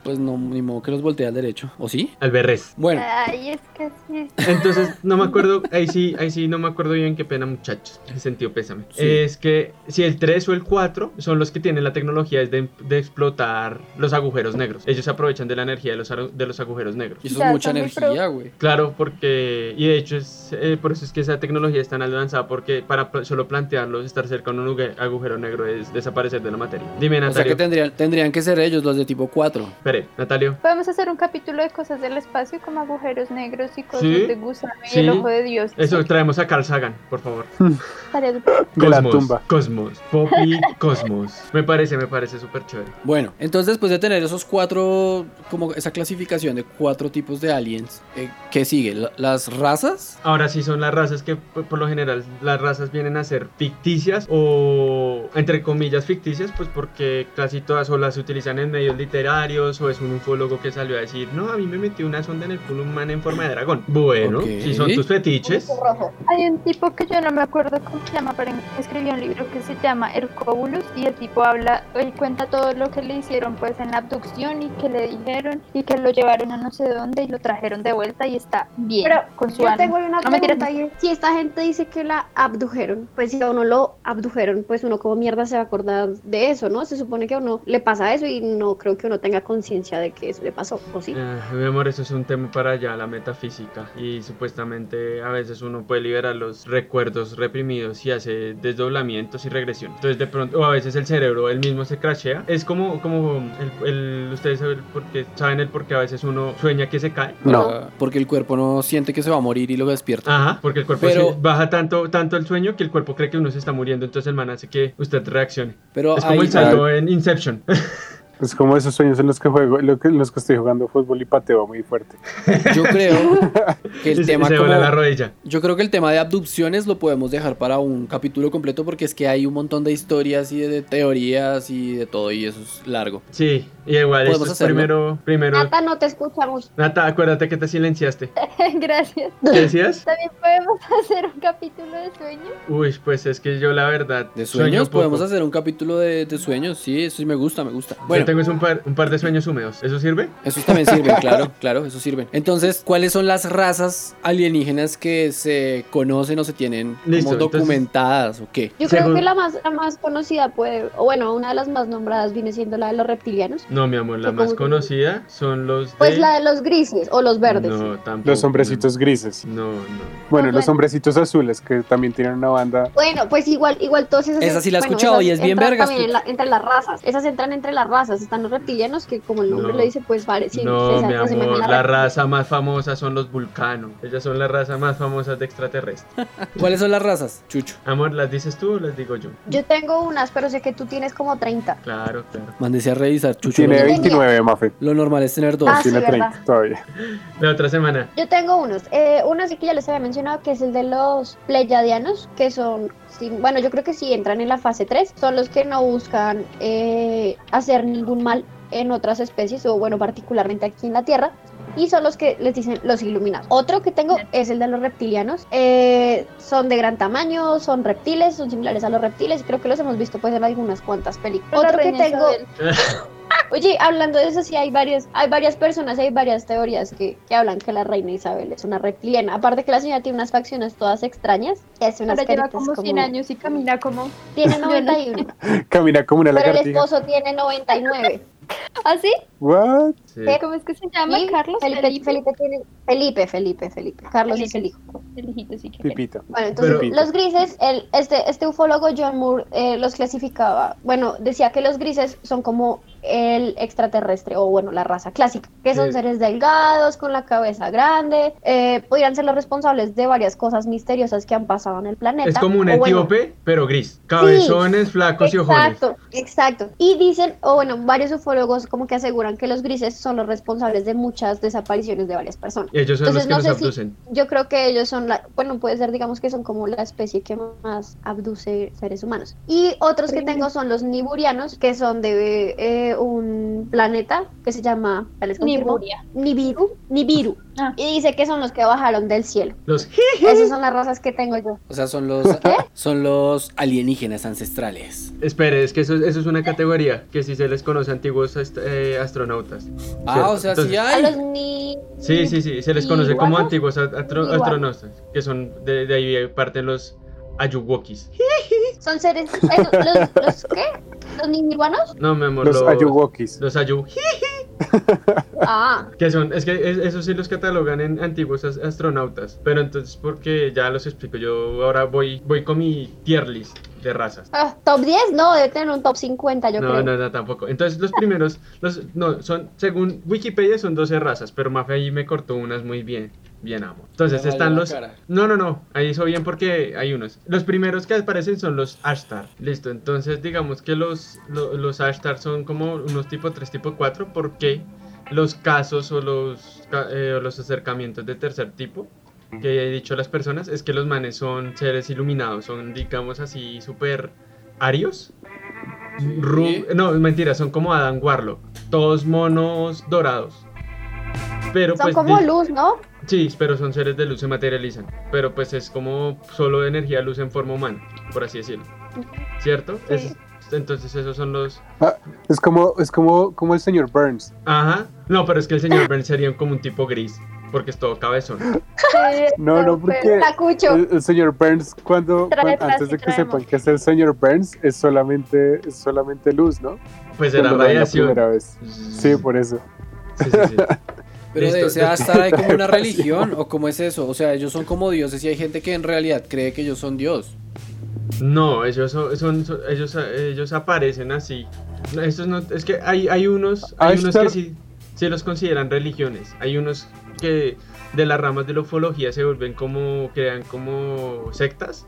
B: pues no, ni modo que los voltea al derecho, ¿o sí?
C: Alberrés.
B: Bueno,
F: Ay, es que sí.
C: Entonces, no me acuerdo, ahí sí, ahí sí, no me acuerdo bien qué pena, muchachos. En sentido pésame.
B: Sí.
C: Es que si el 3 o el 4 son los que tienen la tecnología es de, de explotar los agujeros negros. Ellos se aprovechan de la energía de los, aru- de los agujeros negros.
B: Y eso
F: Ya,
B: es mucha
F: está muy pro.
B: energía, güey.
C: Claro, porque, y de hecho, es, eh, por eso es que esa tecnología es tan avanzada, porque para pl- solo plantearlo, estar cerca de un lugar- agujero negro es desaparecer de la materia. Dime,
B: O sea
C: Natalio.
B: que tendrían, tendrían que ser ellos los de tipo 4.
C: Espere, Natalio.
F: Podemos hacer un capítulo de cosas del espacio como agujeros negros y cosas
C: Sí,
F: de gusano y
C: sí.
F: el ojo de Dios.
C: Eso traemos a Carl Sagan, por favor.
F: Estaría súper-
D: De la tumba.
C: Cosmos. Poppy Cosmos. Me parece, me parece súper chévere.
B: Bueno, entonces después de tener esos cuatro, como esa clasificación de cuatro tipos de aliens, eh, ¿qué sigue? La- ¿Las razas?
C: Ahora sí son las razas que p- por lo general las razas vienen a ser ficticias o entre comillas ficticias, pues porque casi todas o las utilizan en medios literarios o es un ufólogo que salió a decir, no, a mí me metió una sonda en el culo humana en forma de dragón. Bueno,
B: Ok.
C: si son tus fetiches.
E: rojo.
F: Hay un tipo que yo no me acuerdo cómo se llama, pero escribió un libro que se llama Hercobulus y el tipo habla, él cuenta todo lo que le hicieron pues en la abducción y que le dijeron y que lo llevaron a no sé dónde y lo trajeron de vuelta y está bien
E: Pero
F: con su
E: Yo
F: alma.
E: tengo una
F: No, mentira,
E: pregunta y es, si esta gente dice que la abdujeron, pues si a uno lo abdujeron, pues uno como mierda se va a acordar de eso, ¿no? Se supone que a uno le pasa eso y no creo que uno tenga conciencia de que eso le pasó, ¿o sí?
C: Ah, mi amor, eso es un tema para allá, la metafísica. Y supuestamente a veces uno puede liberar los recuerdos reprimidos y hace desdoblamientos y regresión. Entonces de pronto, o a veces el cerebro él mismo se crashea. Es como, como el, el- ustedes saben por qué, saben el por qué a veces uno sueña que se cae.
D: No.
B: Para- Ah, Porque el cuerpo no siente que se va a morir y lo despierta.
C: Ajá, porque el cuerpo
B: Pero-
C: se- baja tanto, tanto el sueño que el cuerpo cree que uno se está muriendo, entonces el man hace que usted reaccione.
B: Pero
C: Ah, Es como
B: ahí-
C: el salto en Inception.
D: Es como esos sueños en los que juego, lo que- en los que estoy jugando fútbol y pateo muy fuerte.
B: yo creo que
C: Y
B: el
C: se-
B: tema
C: se
B: como-
C: dobla la rodilla.
B: Yo creo que el tema de abducciones lo podemos dejar para un capítulo completo porque es que hay un montón de historias y de, de teorías y de todo y eso es largo.
C: Sí, y igual,
B: Podemos
C: esto es
B: hacerlo.
C: primero, primero.
E: Nata, no te escuchamos.
C: Nata, acuérdate que te silenciaste.
F: Gracias.
C: ¿Qué decías?
F: También podemos hacer un capítulo de sueños.
C: Uy, pues es que yo la verdad.
B: De
C: sueño
B: sueños
C: poco.
B: podemos hacer un capítulo de, de sueños, sí, eso sí me gusta, me gusta.
C: Yo
B: Bueno,
C: tengo es un par, un par de sueños húmedos. ¿Eso sirve?
B: Esos también sirven, claro, claro, esos sirven. Entonces, ¿cuáles son las razas alienígenas que se conocen o se tienen
C: Listo,
B: como
C: entonces-
B: documentadas o qué?
E: Yo
C: Según-
E: creo que la más, la más conocida puede, o bueno, una de las más nombradas viene siendo la de los reptilianos.
C: No, mi amor, la
E: ¿Cómo
C: más
E: que-
C: conocida son los. De...
E: Pues la de los grises o los verdes.
C: No, tampoco.
D: Los hombrecitos grises.
C: No, no.
D: Bueno, los
E: Ah, bueno.
D: hombrecitos azules, que también tienen una banda.
E: Bueno, pues igual, igual todos esos.
B: Esa sí la he
E: bueno,
B: escuchado
E: esas
B: y es bien
E: entran
B: vergas,
E: también en la- entre las razas. Esas entran entre las razas. Están los reptilianos que, como el nombre
C: No.
E: lo dice, pues parecen.
C: No, mi amor, la
E: raza.
C: raza más famosa son los vulcanos. Ellas son la raza más famosa de extraterrestres.
B: ¿Cuáles son las razas, Chucho?
C: Amor, ¿las dices tú o las digo yo?
E: Yo tengo unas, pero sé que tú tienes como 30.
C: Claro, claro.
B: Mándese a revisar, Chucho.
D: Tiene
B: Lo,
E: veinte.
D: 29, Mafe.
B: lo normal es tener dos.
E: Ah, sí,
D: Tiene
E: ¿verdad?
D: 30 todavía.
C: La otra semana.
E: Yo tengo unos. Eh, uno sí que ya les había mencionado, que es el de los pleyadianos, que son, sí, bueno, yo creo que sí entran en la fase 3. Son los que no buscan eh, hacer ningún mal en otras especies, o bueno, particularmente aquí en la Tierra. Y son los que les dicen los iluminados. Otro que tengo es el de los reptilianos. Eh, son de gran tamaño, son reptiles, son similares a los reptiles. Creo que los hemos visto pues en algunas cuantas películas.
F: La
E: Otro que
F: reina
E: tengo
F: Isabel.
E: Oye, hablando de eso, sí hay varias, hay varias personas, hay varias teorías que, que hablan que la reina Isabel es una reptiliana. Aparte que la señora tiene unas facciones todas extrañas, y hace unas
F: Ahora lleva
E: caritas
F: como 100 años y camina como...
E: Tiene
F: no-
E: 91,
D: Camina como una
E: pero el
D: lagartija.
E: esposo tiene 99. ¿Ah,
F: ¿Así?
D: What?
C: Sí.
F: ¿Cómo es que se llama?
E: Y
F: Carlos
E: Felipe,
F: Felipe.
E: Felipe tiene- Felipe, Felipe, Felipe. Carlos es el hijo.
F: El hijito, sí que
D: Pipita.
E: Bueno, entonces
D: Pero-
E: los grises, el, este, este ufólogo John Moore eh, los clasificaba, bueno, decía que los grises son como el extraterrestre o bueno, la raza clásica, que son
C: Sí.
E: seres delgados, con la cabeza grande, eh, podrían ser los responsables de varias cosas misteriosas que han pasado en el planeta.
C: Es como un
E: o bueno,
C: etíope, pero gris. Cabezones, flacos y ojones.
E: Exacto, exacto. Y dicen, o bueno, varios ufólogos como que aseguran que los grises son los responsables de muchas desapariciones de varias personas.
C: Ellos son
E: Entonces,
C: los que
E: no
C: nos
E: sé si-
C: abducen.
E: Yo creo que ellos son la, bueno, puede ser, digamos que son como la especie que más abduce seres humanos. Y otros que tengo son los niburianos, que son de eh, sobre un planeta que se llama ¿ya les confirmo?
F: Niburia.
E: Nibiru. Nibiru.
F: Ah.
E: Y dice que son los que bajaron del cielo.
C: Los
E: Esas son las razas que tengo yo.
B: O sea, son los, son los alienígenas ancestrales.
C: Espere, es que eso, eso es una categoría que sí se les conoce a antiguos ast- eh, astronautas.
B: Ah,
C: ¿cierto?
B: o sea, sí
C: Entonces,
E: A los
B: hay.
E: ni...
C: Sí, sí, sí, se les conoce como
E: ¿Iguanas?
C: antiguos at- atro-
E: Iguanas.
C: astronautas, que son de, de ahí parten los ayuwokis.
E: Son seres... esos- los, los qué? ¿Los nibiruanos?
C: No, mi amor,
D: Los Ayuwokis.
C: Los ayu,
E: Ah,
C: que son, es que es- esos sí los catalogan en antiguos as- astronautas, pero entonces porque ya los explico, yo ahora voy voy con mi tier list de razas.
E: ah, top 10 no, debe tener un top 50 yo
C: No,
E: creo.
C: no, no, tampoco. Entonces los primeros, los, no, son, según Wikipedia son 12 razas, pero Mafe ahí me cortó unas muy bien, bien amo. Entonces
B: Me valió
C: están
B: la
C: los...
B: cara.
C: No, no, no, ahí hizo bien porque hay unos. Los primeros que aparecen son los Ashtar, listo. Entonces digamos que los, lo- los, Ashtar son como unos tipo 3, tipo 4, porque los casos o los, ca- eh, o los acercamientos de tercer tipo que he dicho las personas es que los manes son seres iluminados, son digamos así súper arios. Ru- No, mentira, son como Adam Warlock, todos monos dorados. Pero
E: Son
C: pues
E: como
C: di-
E: luz, ¿no?
C: Sí, pero son seres de luz, se materializan. Pero pues es como solo de energía luz en forma humana, por así decirlo. ¿Cierto? Es- entonces esos son los...
D: Es como, es como, como el señor Burns.
C: Ajá. No, pero es que el señor Burns sería como un tipo gris, porque es todo cabezón.
D: No, no, porque
E: Tacucho.
D: el, el señor Burns, cuando,
F: Trae
D: cuan-
F: paz
D: antes
F: y
D: de que
F: trae
D: sepan
F: amor.
D: que es el señor Burns, es solamente, es solamente luz, ¿no?
C: Pues era
D: Cuando lo ven la
C: radiación.
D: primera vez. Sí, pues. por eso.
C: Sí, sí, sí.
B: Pero de
C: Listo.
B: ese Astar hay como una religión, o cómo es eso. O sea, ellos son como dioses y hay gente que en realidad cree que ellos son Dios.
C: No, ellos son, son- son- ellos, ellos aparecen así. No, Estos no, es que hay, hay unos, hay unos que
D: Ashtar.
C: sí, sí los consideran religiones. Hay unos que de las ramas de la ufología se vuelven como, crean como sectas,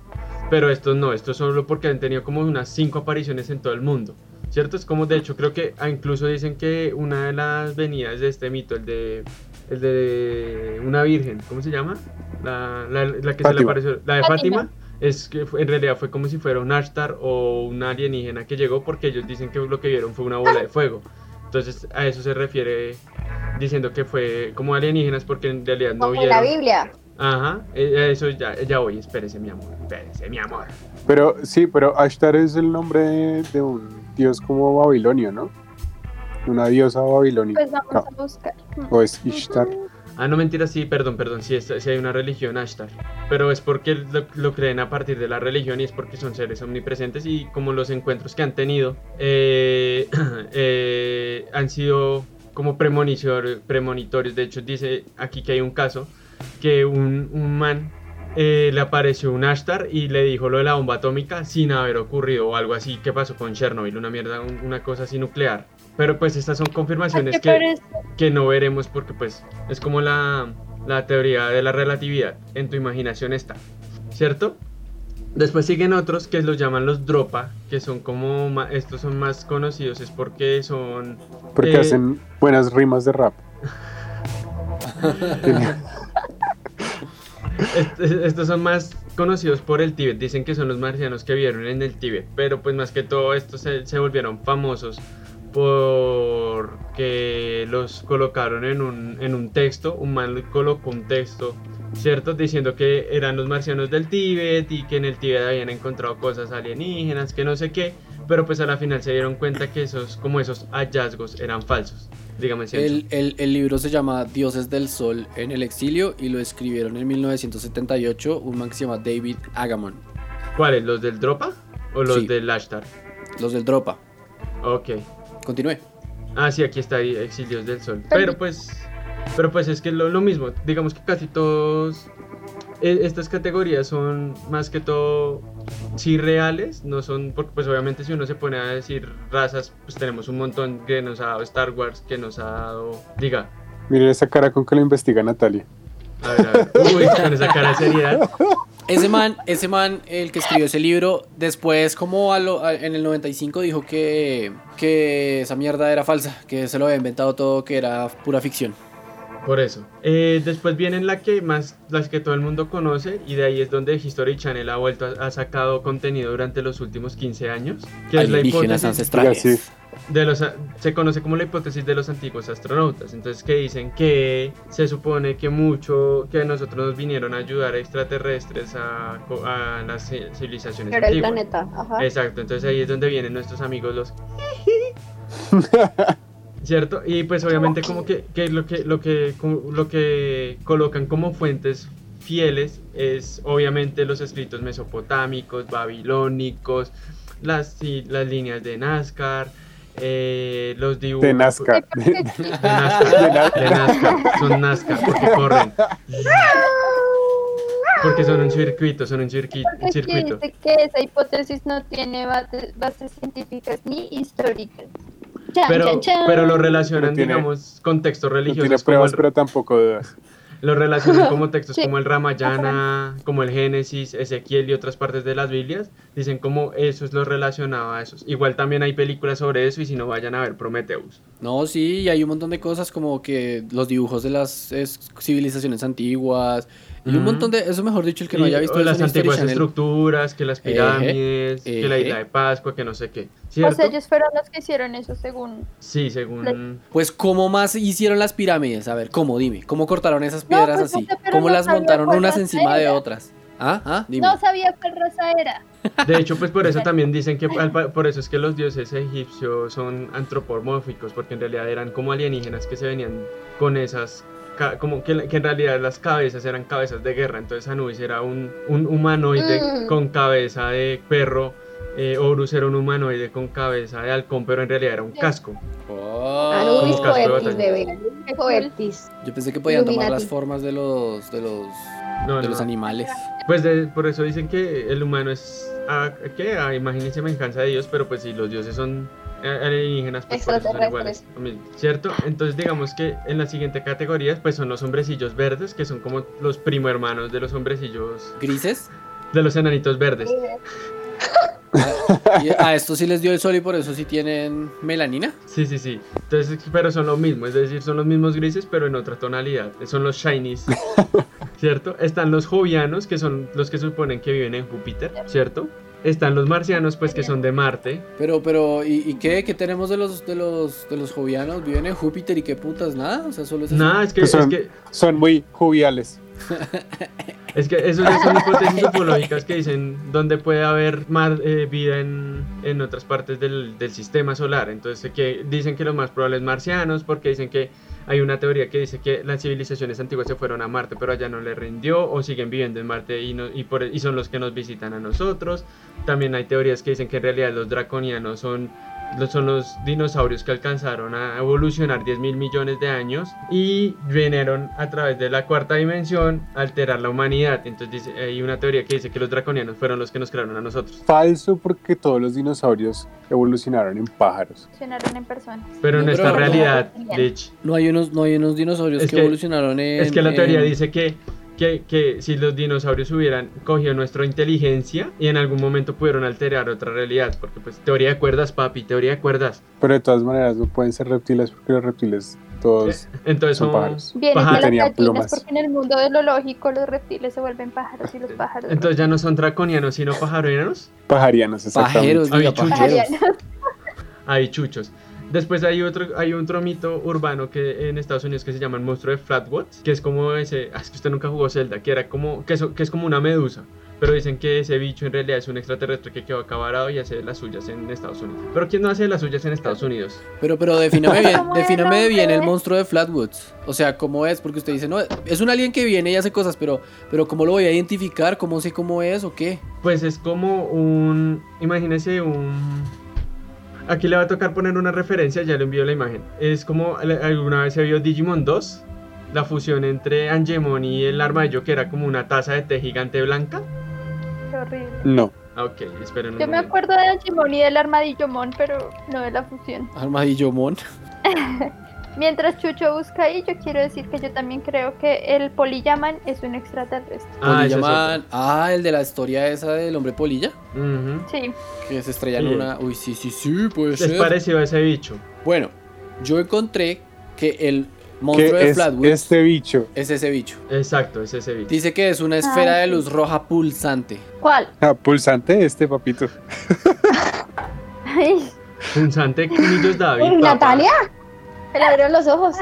C: pero estos no, estos solo porque han tenido como unas cinco apariciones en todo el mundo. ¿Cierto? Es como de hecho creo que ah, incluso dicen que una de las venidas de este mito, el de el de una virgen, ¿cómo se llama? La, la- la que se le
D: Fátima.
C: apareció, la de
F: Fátima.
C: Fátima, es que fue- en realidad fue como si fuera un Ashtar o un alienígena que llegó porque ellos dicen que lo que vieron fue una bola de fuego. Entonces a eso se refiere diciendo que fue como alienígenas porque en realidad no
E: Como en la
C: vieron.
E: Biblia.
C: Ajá, eh, eso ya, ya voy, espérese mi amor, espérese mi amor.
D: Pero sí, pero Ashtar es el nombre de, de un dios como babilonio, ¿no? Una diosa babilónica.
F: Pues vamos a buscar.
D: o es Ishtar.
C: Ah, no mentira, sí, perdón, perdón, sí, es- sí hay una religión Ashtar. Pero es porque lo, lo creen a partir de la religión y es porque son seres omnipresentes y como los encuentros que han tenido eh, eh, han sido como premonitor- premonitorios. De hecho, dice aquí que hay un caso que un, un man eh, le apareció un Ashtar y le dijo lo de la bomba atómica sin haber ocurrido o algo así que pasó con Chernobyl, una mierda, un- una cosa así nuclear. Pero pues estas son confirmaciones
F: ¿Qué
C: que
F: parece?
C: que no veremos porque pues es como la, la teoría de la relatividad, en tu imaginación está, ¿cierto? Después siguen otros que los llaman los dropa, que son como, ma- estos son más conocidos, es porque son...
D: Porque
C: Eh,
D: hacen buenas rimas de rap.
C: est- Este, estos son más conocidos por el Tíbet, dicen que son los marcianos que vieron en el Tíbet, pero pues más que todo estos se, se volvieron famosos porque los colocaron en un, en un texto, un man colocó un texto, ¿cierto? Diciendo que eran los marcianos del Tíbet y que en el Tíbet habían encontrado cosas alienígenas, que no sé qué, pero pues a la final se dieron cuenta que esos, como esos hallazgos eran falsos, dígame si
B: El, el- el libro se llama Dioses del Sol en el Exilio y lo escribieron en 1978 un man que se llama David Agamon,
C: ¿Cuáles? ¿Los del Dropa o los
B: Sí.
C: del Ashtar?
B: los del Dropa.
C: Ok.
B: Continúe.
C: Ah, sí, aquí está ahí, Exilios del Sol. Pero pues, pero pues es que lo, lo mismo, digamos que casi todos e- estas categorías son más que todo sí reales, no son porque pues obviamente si uno se pone a decir razas, pues tenemos un montón que nos ha dado Star Wars, que nos ha dado, diga,
D: Miren esa cara con que lo investiga Natalia.
C: a ver, a ver, uy, con esa cara ¿eh? de seriedad.
B: Ese man, ese man, el que escribió ese libro, después como a lo- a- en el 95 dijo que, que esa mierda era falsa, que se lo había inventado todo, que era pura ficción.
C: Por eso. Eh, después vienen la que más, las que todo el mundo conoce y de ahí es donde History Channel ha vuelto, a- ha sacado contenido durante los últimos 15 años, que es la
B: Alienígenas
C: hipótesis
B: ancestrales.
D: Ya, sí.
C: de los a- se conoce como la hipótesis de los antiguos astronautas. Entonces que dicen que se supone que mucho que a nosotros nos vinieron a ayudar a extraterrestres a, co- a las ci- civilizaciones
E: Pero el
C: antiguas.
E: planeta, ajá.
C: Exacto, entonces ahí es donde vienen nuestros amigos los ¿Cierto? Y pues obviamente como que, que lo que lo que como- lo que colocan como fuentes fieles es obviamente los escritos mesopotámicos, babilónicos, las sí, las líneas de Nazca, eh, los dibujos
D: De Nazca.
C: de Nazca,
D: De Nazca.
C: de Nazca, son Nazca porque corren. Porque son un circuito, son un circuito,
F: Porque aquí
C: circuito.
F: dice que esa hipótesis no tiene base- bases científicas ni históricas. Chan,
C: pero,
F: chan, chan.
C: pero lo relacionan,
D: No tiene-
C: digamos, con textos
D: No tiene
C: religiosos, como
D: pruebas,
C: el-
D: pero tampoco dudas.
C: lo relacionan como textos
F: Sí.
C: como el Ramayana, como el Génesis, Ezequiel y otras partes de las Biblias, dicen como eso es lo relacionado a esos. Igual también hay películas sobre eso y si no vayan a ver Prometheus.
B: No, sí, y hay un montón de cosas como que los dibujos de las es, civilizaciones antiguas. Y un
C: Ujú.
B: montón de. Eso, mejor dicho, el que no
C: Y-
B: haya visto
C: o
B: eso
C: las
B: en History
C: antiguas
B: Channel.
C: estructuras, que las
B: Eje,
C: pirámides, que la
B: eje.
C: isla de Pascua, que no sé qué.
F: O
C: ¿Cierto?
F: sea, ellos fueron los que hicieron eso según.
C: Sí, según...
B: Pues, ¿cómo más hicieron las pirámides? A ver, ¿cómo? Dime. ¿Cómo cortaron esas
F: No,
B: piedras
F: pues, no
B: así?
F: sé, pero
B: ¿Cómo
F: no
B: las
F: sabía
B: montaron
F: cuál
B: unas
F: raza
B: encima de
F: era.
B: otras? Ah, ah, dime.
F: No sabía cuál raza era.
C: De hecho, pues por eso también dicen que al pa- por eso es que los dioses egipcios son antropomórficos, porque en realidad eran como alienígenas que se venían con esas, ca- como que, la- que en realidad las cabezas eran cabezas de guerra, entonces Anubis era un, un humanoide
E: Mm.
C: con cabeza de perro, eh, Horus era un humanoide con cabeza de halcón, pero en realidad era un
F: Sí.
C: casco.
B: Oh.
C: Ah,
E: Anubis
C: Como casco de
E: Coetis,
C: batalla.
E: bebé.
F: Qué cool.
E: Coetis.
B: Yo pensé que podían tomar
E: Illuminati.
B: las formas de los. de los.
C: No,
B: de los
C: no,
B: animales.
C: Pues de- por eso dicen que el humano es a, ¿qué? a imagen y semejanza de Dios, pero pues si los dioses son eh, alienígenas, pues por eso son iguales.
E: Extraterrestres.
C: lo mismo, ¿Cierto? Entonces digamos que en la siguiente categoría pues son los hombrecillos verdes, que son como los primo hermanos de los hombrecillos,
B: ¿Grises?
C: de los enanitos verdes.
B: Ah, Y a estos sí les dio el sol y por eso sí tienen melanina.
C: Sí, sí, sí. Entonces, pero son lo mismo, es decir, son los mismos grises, pero en otra tonalidad. Son los shinies, ¿cierto? Están los jovianos, que son los que suponen que viven en Júpiter, ¿cierto? Están los marcianos, pues que son de Marte.
B: Pero, pero, ¿y, y qué? ¿Qué tenemos de los de los de los jovianos? ¿Viven en Júpiter y qué putas? Nada, o sea, solo es eso.
C: Nada, es que,
D: Pues
C: es
D: son-
C: que,
D: Son muy joviales.
C: es que eso ya son hipótesis ufológicas que dicen dónde puede haber más eh, vida en, en otras partes del, del sistema solar. Entonces que dicen que lo más probable es marcianos, porque dicen que hay una teoría que dice que las civilizaciones antiguas se fueron a Marte, pero allá no le rindió, o siguen viviendo en Marte y, no- y, por- y son los que nos visitan a nosotros. También hay teorías que dicen que en realidad los draconianos son los- son los dinosaurios que alcanzaron a evolucionar 10 mil millones de años y vinieron a través de la cuarta dimensión a alterar la humanidad. Entonces dice- hay una teoría que dice que los draconianos fueron los que nos crearon a nosotros.
D: Falso porque todos los dinosaurios evolucionaron en pájaros.
F: Funcionaron en personas.
C: Pero en
B: No,
C: esta
B: pero-
C: realidad, Lich,
B: No hay unos, no hay unos dinosaurios
C: Es
B: que,
C: que-
B: evolucionaron en.
C: es que
D: Em,
C: la teoría
B: en-
C: dice que, que, que si los dinosaurios hubieran cogido nuestra inteligencia y en algún momento pudieron alterar otra realidad, porque pues teoría de cuerdas, papi, teoría de cuerdas.
D: Pero de todas maneras no pueden ser reptiles porque los reptiles todos
C: Entonces
D: son
C: son-
D: pájaros.
F: Vienen
C: Ajá.
F: de las
D: Tenían
F: gallinas
D: plumas.
F: porque en el mundo de lo lógico los reptiles se vuelven pájaros y los pájaros.
C: Entonces ya no son draconianos, sino pajareanos.
D: Pajarianos, exactamente.
B: Pajeros, diga,
C: Habichuchos.
B: pajeros.
C: hay chuchos. Después hay otro, hay otro mito urbano que en Estados Unidos que se llama el monstruo de Flatwood, que es como ese, ah, es que usted nunca jugó Zelda, que era como, que es, que es como una medusa. Pero dicen que ese bicho en realidad es un extraterrestre que quedó acabarado y hace de las suyas en Estados Unidos. Pero ¿quién no hace de las suyas en Estados Unidos?
B: Pero, pero, defíname bien,
F: ¿Cómo era el
B: defíname
F: nombre?
B: bien el monstruo de Flatwoods. O sea, ¿cómo es? Porque usted dice, no, es un alien que viene y hace cosas, pero, pero ¿cómo lo voy a identificar? ¿Cómo sé cómo es o qué?
C: Pues es como un, imagínese un... Aquí le va a tocar poner una referencia, ya le envío la imagen. Es como al- alguna vez se vio Digimon 2, la fusión entre Angemon y el armadillo que era como una taza de té gigante blanca.
F: Qué horrible.
D: No,
C: Ah, Ok, esperen un
F: Yo me
C: momento.
F: acuerdo de Anchimón y del armadillo Mon, pero no de la fusión.
B: Armadillo Mon.
F: Mientras Chucho busca ahí, yo quiero decir que yo también creo que el polillaman es un extraterrestre.
C: Ah, ese es
B: Polillaman. Ah, el de la historia esa del hombre polilla.
C: otro. Ujú.
F: Sí,
B: Que se estrella en
C: Sí.
B: una. Uy, sí, sí, sí, puede
C: Es
B: ser.
C: parecido a ese bicho.
B: Bueno, yo encontré que el Monstruo
D: que
B: de
D: es
B: Flatwoods
D: este bicho.
B: es ese bicho.
C: Exacto, es ese bicho.
B: Dice que es una esfera
F: Ay,
B: de
F: sí.
B: luz roja pulsante.
E: ¿Cuál?
D: Ah, pulsante este papito.
C: Punzante Millos David.
E: Uy,
C: papá.
E: Natalia. Se le abrieron los ojos.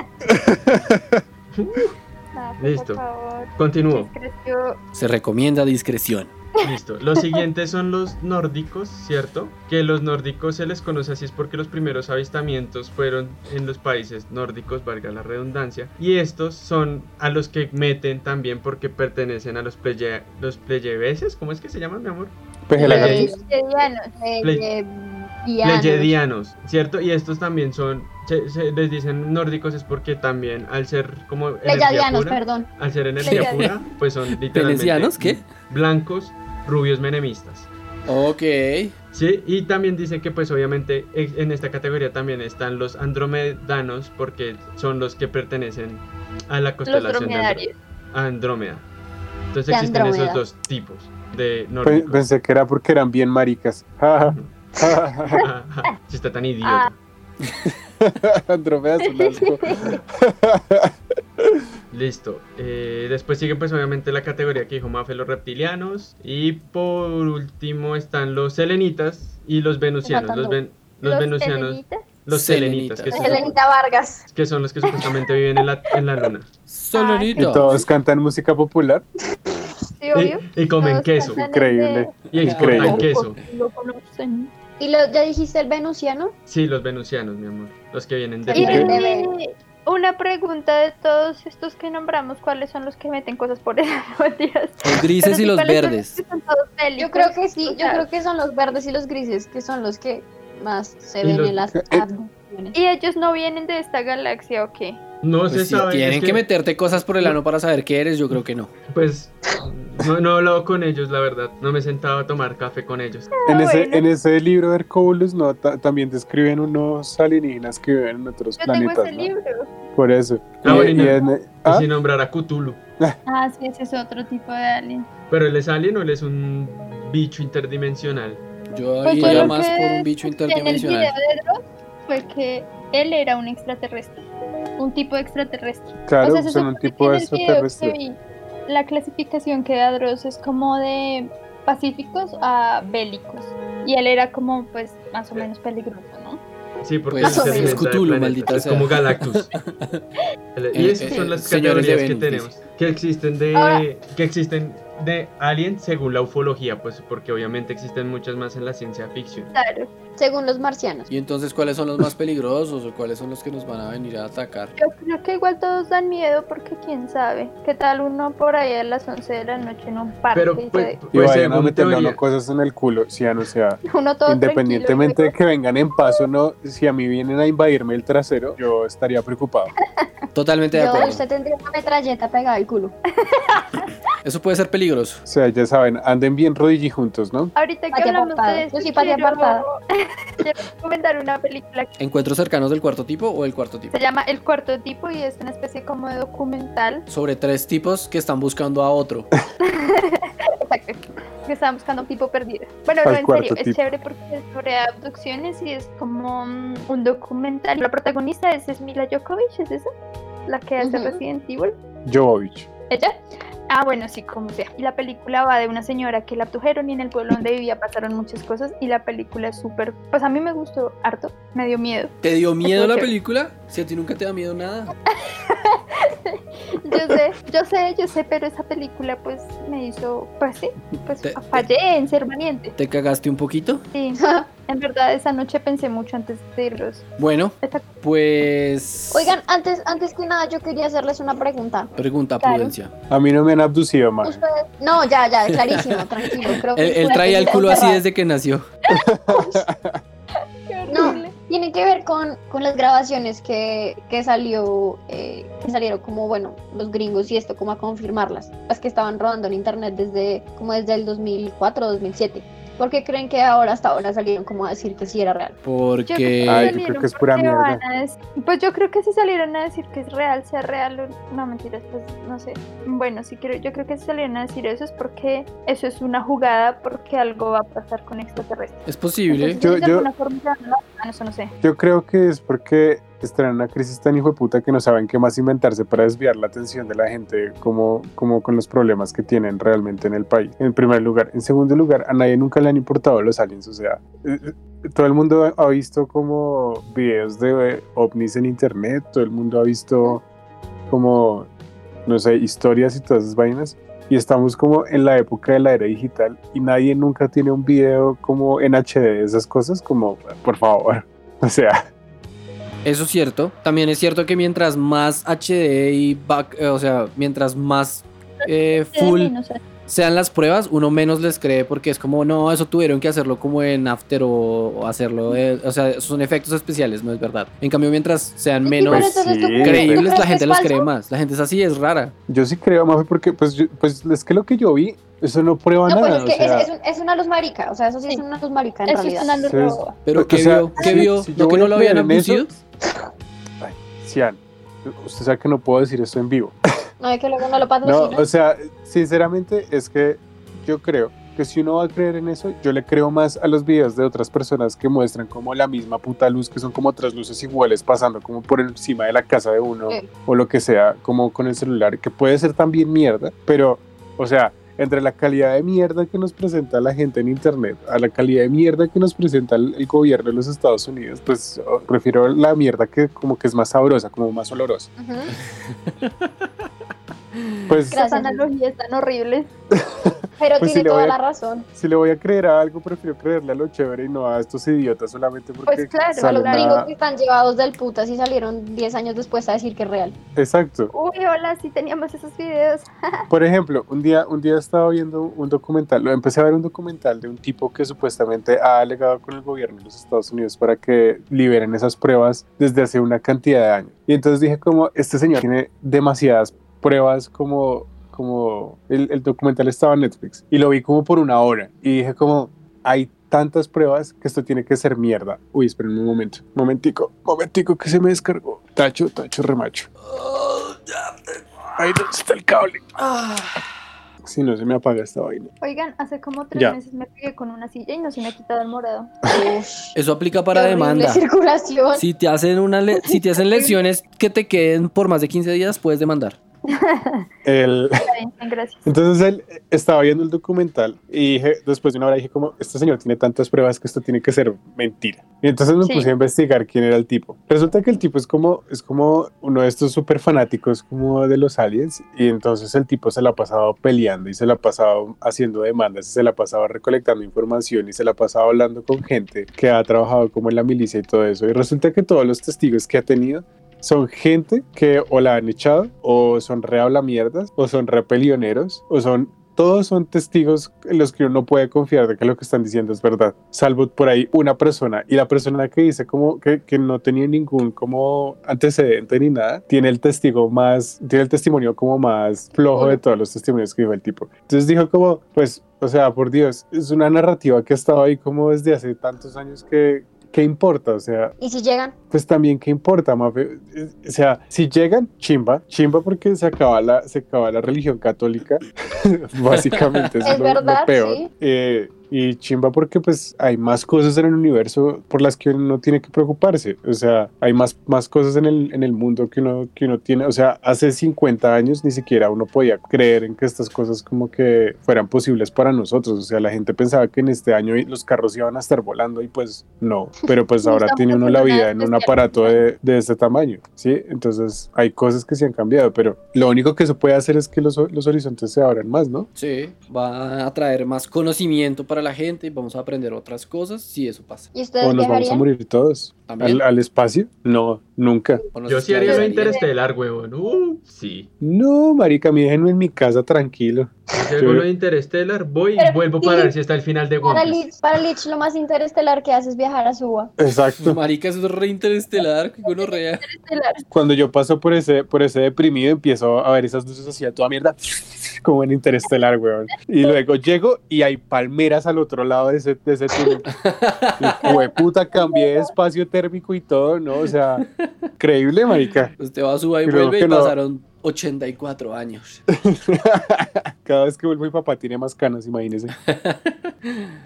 C: Listo.
F: Por favor.
C: Continúo.
F: Creció.
B: Se recomienda discreción.
C: Listo. Los siguientes son los nórdicos, ¿cierto? Que los nórdicos se les conoce así es porque los primeros avistamientos fueron en los países nórdicos, valga la redundancia. Y estos son a los que meten también porque pertenecen a los, pleye, los pleyebeses, ¿cómo es que se llaman, mi amor?
D: Pejelagatos.
F: Leyedianos.
E: Lesbianas.
C: Pleyedianos, ¿cierto? Y estos también son, se, se les dicen nórdicos es porque también al ser como... energía
E: Pleyadianos,
C: pura-
E: perdón.
C: Al ser energía pura,
B: Pleyadianos.
C: pues son literalmente...
B: ¿Venecianos? ¿Qué?
C: Blancos, rubios menemistas.
B: Ok.
C: Sí, y también dice que pues obviamente ex- en esta categoría también están los andromedanos porque son los que pertenecen a la
F: Los
C: constelación de Andro-
F: dromedarios.
C: Andrómeda. Entonces
E: De
C: existen
E: Andrómeda.
C: esos dos tipos de
D: Pe-
C: nórdicos.
D: Pensé que era porque eran bien maricas. Ja, ja, ja, ja.
C: Si está tan idiota.
D: Andrómeda es un asco.
C: Listo. Eh, después sigue pues obviamente la categoría que dijo Mafe, los reptilianos. Y por último están los selenitas y los venusianos.
E: faltan
C: Los,
E: dos.
C: ven- los venusianos.
F: selenitas.
C: Los selenitas,
B: Selenitas.
C: que, se supo-
E: Elenita Vargas.
C: que son los que supuestamente viven en la, en la luna.
B: Solonito.
D: Y todos cantan música popular.
F: Sí, obvio.
C: Eh, Y, y comen
F: Todos
C: queso.
F: cantan
D: Increíble.
C: Y
B: Increíble.
C: exportan queso.
F: ese- pues, Lo conocen.
E: ¿Y lo, ya dijiste el venusiano?
C: Sí, los venusianos, mi amor. Los que vienen de
F: Y
E: Increíble.
C: Venus.
F: eh, una pregunta de todos estos que nombramos, ¿cuáles son los que meten cosas por el no, mentiras.
B: Los grises
F: Pero sí,
B: y los
F: ¿cuáles son
B: verdes.
F: que son todos
E: Yo
F: bélicos?
E: creo que sí,
F: O
E: yo
F: sea,
E: creo que son los verdes y los grises, que son los que más se
C: Y
E: ven
C: los-
E: en las
D: eh,
E: abducciones.
F: ¿Y ellos no vienen de esta galaxia o qué?
C: No
B: Pues
C: se
B: si
C: sabe.
B: tienen
C: es
B: que... meterte cosas por el ano para saber qué eres, yo creo que no.
C: Pues no, no he hablado con ellos, la verdad. No me he sentado a tomar café con ellos.
D: En ese,
F: Ah, bueno.
D: en ese libro de Hercólus no, ta- también describen unos alienígenas que viven en otros
F: Yo
D: planetas.
F: tengo ese
D: ¿no?
F: libro.
D: Por eso.
C: Ah,
D: Y-
C: bueno, y
D: y
C: no-
D: en- ¿Ah?
C: Y sin nombrar a Cthulhu.
F: Ah, sí, ese es otro tipo de alien.
C: Pero él es alien o él es un bicho interdimensional.
B: Yo
F: Pues yo
B: iría
F: lo
B: más
F: que
B: por un bicho
F: escuché en el video
B: interdimensional.
F: de Dross fue que él era un extraterrestre, un tipo de extraterrestre.
D: Claro,
F: O sea, se
D: son un
F: supone
D: tipo de
F: que en el video que
D: extraterrestre.
F: vi, La clasificación que da Dross es como de pacíficos a bélicos. Y él era como, pues, más o menos peligroso, ¿no?
C: Sí, porque
B: Pues,
C: él se
E: es
C: alimenta de
B: Cthulhu,
C: planetas,
B: maldita
C: es
B: sea.
C: como Galactus. y
B: Eh,
C: esas
B: eh,
C: son las
B: señores de
C: categorías que
B: Venus,
C: tenemos. Que existen
E: Ahora-
C: de. Que existen de alien según la ufología, pues porque obviamente existen muchas más en la ciencia ficción.
F: Claro.
E: Según los marcianos.
B: Y entonces, ¿cuáles son los más peligrosos o cuáles son los que nos van a venir a atacar?
F: Yo creo que igual todos dan miedo porque quién sabe. ¿Qué tal uno por ahí a las 11 de la noche en un parque?
C: Pero
F: y
C: pues,
D: Y
C: pues,
D: vayan a
C: según
D: meterle a uno
C: teoría-
D: cosas en el culo, si no sea.
F: se- uno todo
D: Independientemente de
F: tranquilo,
D: que vengan en paz o no, si a mí vienen a invadirme el trasero, yo estaría preocupado.
B: Totalmente de
E: Yo,
B: acuerdo.
E: usted tendría una metralleta pegada al culo.
B: Eso puede ser peligroso.
D: O sea, ya saben, anden bien rodillijuntos, ¿no?
F: Ahorita que
E: Patio
F: hablamos
E: apartado.
F: de eso,
E: Yo sí, patio
F: quiero-
E: apartado.
F: quiero recomendar una película que
B: ¿Encuentros cercanos del cuarto tipo o el cuarto tipo?
F: se llama El Cuarto Tipo y es una especie como de documental
B: Sobre tres tipos que están buscando a otro.
F: Exacto. Que estaban buscando un tipo perdido. Bueno,
D: Al
F: no, en serio,
D: cuarto tipo.
F: es chévere porque es sobre abducciones y es como mm, un documental. La protagonista es Smila Jokovic, ¿es esa? La que hace
E: Ujú.
F: Resident Evil.
D: Jovovich.
F: ¿Ella? Ah, bueno, sí, como sea. Y la película va de una señora que la abdujeron y en el pueblo donde vivía pasaron muchas cosas y la película es súper... Pues a mí me gustó harto, me dio miedo.
B: ¿Te dio miedo la
F: Escucha.
B: película? Si a ti nunca te da miedo nada.
F: Yo sé, yo sé, yo sé, pero esa película pues me hizo... Pues sí, pues
B: Te- te-
F: fallé en ser valiente.
B: ¿Te cagaste un poquito?
F: Sí, en verdad esa noche pensé mucho antes de irlos.
B: Bueno,
F: Esta-
B: pues...
E: Oigan, antes, antes que nada, yo quería hacerles una pregunta.
B: Pregunta
F: Claro.
B: prudencia.
D: A mí no me han abducido, más.
E: Ustedes- No, ya, ya, clarísimo, tranquilo. Creo que
B: Él, él
E: ustedes
B: traía el
E: están
B: culo así
E: cerrados.
B: desde que nació.
E: No, tiene que ver con, con las grabaciones que, que salió, eh, que salieron como, bueno, los gringos y esto, como a confirmarlas. Las que estaban rodando en internet desde, como desde el 2004, 2007. ¿Por qué creen que ahora hasta ahora salieron como a decir que sí era real?
F: Yo creo que
B: Porque...
D: Ay, yo
F: salieron
D: creo que es pura
F: porque
D: mierda.
F: van a decir- Pues yo creo que si salieron a decir que es real, sea real o no mentiras, pues no sé. Bueno, sí creo, yo creo que si salieron a decir eso es porque eso es una jugada porque algo va a pasar con extraterrestres.
B: Es posible.
D: Yo-
F: Entonces, de
D: yo-
F: alguna forma se van a humanos, o no sé.
D: Yo creo que es porque están en una crisis tan hijo de puta que no saben qué más inventarse para desviar la atención de la gente, como, como con los problemas que tienen realmente en el país. En primer lugar. En segundo lugar, a nadie nunca le han importado los aliens. O sea, eh, todo el mundo ha visto como videos de eh, ovnis en internet, todo el mundo ha visto como, no sé, historias y todas esas vainas. Y estamos como en la época de la era digital y nadie nunca tiene un video como en HD de esas cosas, como, por favor. O sea,
B: Eso es cierto. También es cierto que mientras más HD y back, eh, o sea, mientras más eh, full
F: Sí, no sé.
B: sean las pruebas, uno menos les cree porque es como, no, eso tuvieron que hacerlo como en After o, o hacerlo, de- o sea, son efectos especiales, no es verdad. En cambio, mientras sean
E: Sí,
B: menos
E: pero entonces,
D: sí.
E: ¿tú crees- tú crees
B: creíbles,
E: que
B: la
E: es
B: gente los
E: falso?
B: cree más. La gente es así, es rara.
D: Yo sí creo, Mafe, porque pues, yo- pues es que lo que yo vi, eso no prueba
E: No, pues
D: nada.
E: es que
D: o sea,
E: es, es un- es una luz marica, o sea, eso sí es
F: Sí.
E: una luz marica en
F: Eso
E: realidad.
F: es una luz
D: Entonces,
F: roja.
B: Pero ¿qué
D: o sea,
B: vio? ¿Qué
D: si-
B: vio?
D: si yo
B: ¿Por qué
D: voy
B: no
D: a
B: lo habían
D: creer en eso-
B: abducido?
D: Ay, Cian, usted sabe que no puedo decir esto en vivo.
E: No, es que luego no lo
D: No,
E: patrocina.
D: o sea, sinceramente es que yo creo que si uno va a creer en eso, yo le creo más a los videos de otras personas que muestran como la misma puta luz, que son como otras luces iguales pasando como por encima de la casa de uno
E: Sí.
D: o lo que sea, como con el celular, que puede ser también mierda, pero, o sea, entre la calidad de mierda que nos presenta la gente en internet, a la calidad de mierda que nos presenta el, el gobierno de los Estados Unidos, pues oh, prefiero la mierda que como que es más sabrosa, como más olorosa.
E: Ujú.
D: Pues
E: Gracias.
F: Las analogías tan horribles.
E: Pero
D: Pues sí,
E: tiene
D: le voy
E: toda
D: a-
E: la razón.
D: si le voy a creer a algo, prefiero creerle a lo chévere y no a estos idiotas solamente porque
F: Pues claro, a
E: A
D: sale
E: los
D: una-
E: gringos que están llevados del putas y salieron 10 años después a decir que es real.
D: Exacto.
F: Uy, hola, sí teníamos esos videos.
D: Por ejemplo, un día, un día estaba viendo un documental, lo empecé a ver un documental de un tipo que supuestamente ha alegado con el gobierno de los Estados Unidos para que liberen esas pruebas desde hace una cantidad de años. Y entonces dije como, este señor tiene demasiadas pruebas como, como el, el documental estaba en Netflix y lo vi como por una hora y dije como, hay tantas pruebas que esto tiene que ser mierda. Uy, espérenme un momento, momentico, momentico que se me descargó. Tacho, tacho, remacho. Ahí dónde está el cable. Ah. Si no se me apaga esta vaina.
F: Oigan, hace como tres
D: Ya.
F: meses me pegué con una silla y no se me ha quitado el morado.
B: Eso aplica
E: Qué
B: para
E: horrible
B: demanda.
E: circulación.
B: Si te hacen una le- si te hacen lecciones que te queden por más de 15 días, puedes demandar.
D: El,
F: Está bien, gracias.
D: entonces él estaba viendo el documental y dije, después de una hora dije como, este señor tiene tantas pruebas que esto tiene que ser mentira. Y entonces me
F: Sí.
D: puse a investigar quién era el tipo. Resulta que el tipo es como, es como uno de estos súper fanáticos como de los aliens y entonces el tipo se la ha pasado peleando y se la ha pasado haciendo demandas y se la ha pasado recolectando información y se la ha pasado hablando con gente que ha trabajado como en la milicia y todo eso. Y resulta que todos los testigos que ha tenido son gente que o la han echado, o son re mierdas, o son re pelioneros, o son. Todos son testigos en los que uno no puede confiar de que lo que están diciendo es verdad, salvo por ahí una persona. Y la persona que dice como que, que no tenía ningún como antecedente ni nada, tiene el testigo más, tiene el testimonio como más flojo de todos los testimonios que dijo el tipo. Entonces dijo como, pues, o sea, por Dios, es una narrativa que ha estado ahí como desde hace tantos años que, ¿qué importa? O sea,
E: Y si llegan,
D: pues también qué importa, Mafe. Eh, O sea, si llegan, chimba, chimba porque se acaba la, se acaba la religión católica, básicamente eso es,
E: Es
D: lo, lo
E: verdad,
D: peor.
E: sí.
D: Eh, y chimba porque pues hay más cosas en el universo por las que uno no tiene que preocuparse. O sea, hay más, más cosas en el, en el mundo que uno, que uno tiene. O sea, hace 50 años ni siquiera uno podía creer en que estas cosas como que fueran posibles para nosotros. O sea, la gente pensaba que en este año los carros iban a estar volando y pues no. Pero pues
F: No
D: ahora
F: estamos
D: tiene uno la
F: haciendo
D: vida
F: nada
D: en un
F: especial.
D: aparato de, de este tamaño. Sí, entonces hay cosas que se han cambiado, pero lo único que se puede hacer es que los, los horizontes se abran más, ¿no?
B: Sí, va a traer más conocimiento para la gente y vamos a aprender otras cosas si eso pasa.
E: y
D: O
E: ustedes
D: nos vamos a
E: viajarían.
D: morir todos.
B: También.
D: ¿Al, al espacio? No, nunca.
B: o nos
C: Yo sí haría lo
B: esclavizarían.
C: interestelar, huevón. Uh, sí.
D: No, marica, me déjenme en mi casa tranquilo.
C: Yo sí hago lo de interestelar, voy y
E: Pero,
C: vuelvo
E: ¿y-
C: para ver si está el final de
E: Para
C: One Piece.
E: Lich, para Lich, lo más interestelar que hace es viajar a Suba.
D: Exacto.
B: Pues, Marica, eso es re interestelar, que gonorrea.
D: Cuando yo paso por ese, por ese deprimido, empiezo a ver esas luces así a toda mierda, como en interestelar, weón. Y luego llego y hay palmeras al otro lado de ese, de ese túnel. Y, Hueputa, cambié de espacio térmico y todo, ¿no? O sea, creíble, marica.
B: Usted va a Suba y
D: Creo
B: vuelve y
D: que no.
B: pasaron 84 años.
D: Cada vez que vuelvo mi papá tiene más canas, imagínese.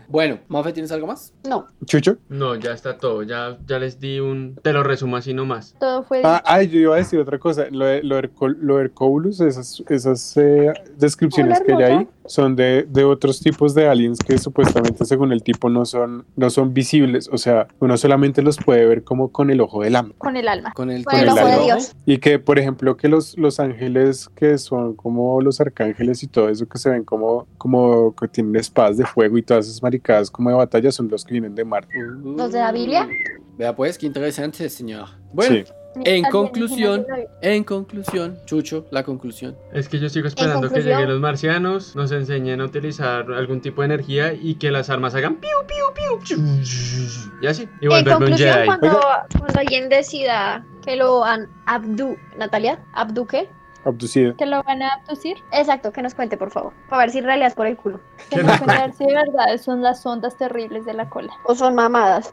B: Bueno, Mafe, ¿tienes algo más?
E: No.
D: ¿Chucho?
C: No, ya está todo. Ya, ya les di un. Te lo resumo así nomás.
F: Todo fue
D: Ah, ay, yo iba a decir otra cosa. Lo de, lo de Herco- lo de Hercobulus, esas, esas eh, descripciones
E: Hola,
D: que hay ahí
E: hermosa.
D: son de, de otros tipos de aliens que supuestamente, según el tipo, no son, no son visibles. O sea, uno solamente los puede ver como con el ojo del hambre.
F: con el alma.
B: Con el,
E: Con
D: el ojo de
B: alma.
E: pues, Dios.
D: Y que, por ejemplo, que los, los ángeles que son como los arcángeles y todo eso, que se ven como, como que tienen espadas de fuego y todas esas maricadas como de batalla, son los que vienen de Marte.
E: ¿Los de la Biblia?
B: Vea pues, qué interesante, señor. Bueno,
D: Sí.
B: En
F: Alienígenas
B: conclusión-
F: de la-
B: en conclusión, Chucho, la conclusión.
C: Es que yo sigo esperando que
E: conclusión-
C: lleguen los marcianos, nos enseñen a utilizar algún tipo de energía y que las armas hagan piu, piu, piu. chu, Y así. Y
E: En
C: volverme un
E: conclusión,
C: Jedi.
E: cuando, cuando alguien decida que lo han abdu... Natalia, ¿abdu qué?
D: Abducida.
F: Que lo van a abducir.
E: Exacto, que nos cuente, por favor. Para ver si en realidad es por el culo.
F: Que no saber si de verdad son las ondas terribles de la cola.
E: O son mamadas.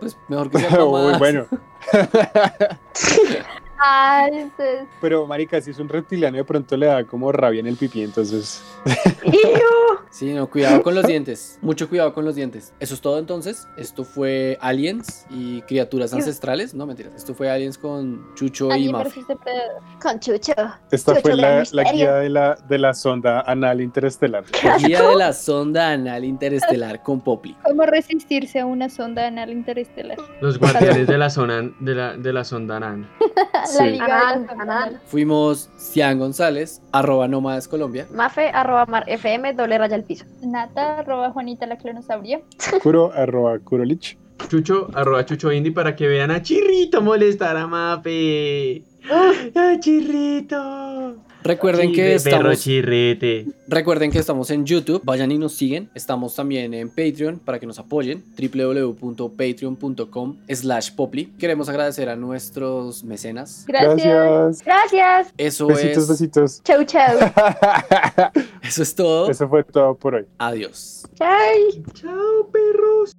B: pues mejor que sea
D: Uy,
B: mamadas.
D: bueno.
F: Ay, ustedes-
D: Pero, marica, si es un reptiliano, de pronto le da como rabia en el pipí, entonces...
B: Sí, no, cuidado con los dientes. Mucho cuidado con los dientes. Eso es todo entonces. Esto fue Aliens y criaturas ancestrales. No, mentiras. Esto fue Aliens con Chucho y
F: Alien
B: Maf.
F: versus depredador.
E: Con chucho.
D: Esta
E: Chucho,
D: fue la,
E: gran
D: la
E: misterio.
D: guía de la, de la sonda anal interestelar. Pues,
B: Guía de la sonda anal interestelar con Popli.
F: ¿Cómo resistirse a una sonda anal interestelar?
C: Los guardianes de la zona de la, de la sonda Aran.
F: La
D: Sí.
F: liga de la
E: Anal,
F: sonda
E: anal.
F: anal.
B: Fuimos Cian González, arroba nómadas Colombia.
E: Mafe, arroba mar, fm, doble raya al piso.
F: Nata, arroba Juanita la clonosauria.
D: Curo, arroba, curolich.
C: Chucho, arroba Chucho Indy para que vean a Chirrito molestar a Mape. ¡A Chirrito!
B: Ah. Recuerden
C: Chirri-
B: que
C: Perro
B: estamos,
C: chirrete.
B: recuerden que estamos en YouTube. Vayan y nos siguen. Estamos también en Patreon para que nos apoyen. www.patreon.com slash Popli. Queremos agradecer a nuestros mecenas.
F: Gracias.
D: Gracias.
E: Gracias.
B: Eso
D: Besitos,
B: es,
D: besitos.
E: Chau, chau.
B: eso es todo. oh.
D: Eso fue todo por hoy.
B: Adiós.
E: Chau.
C: ¡Chao, perros!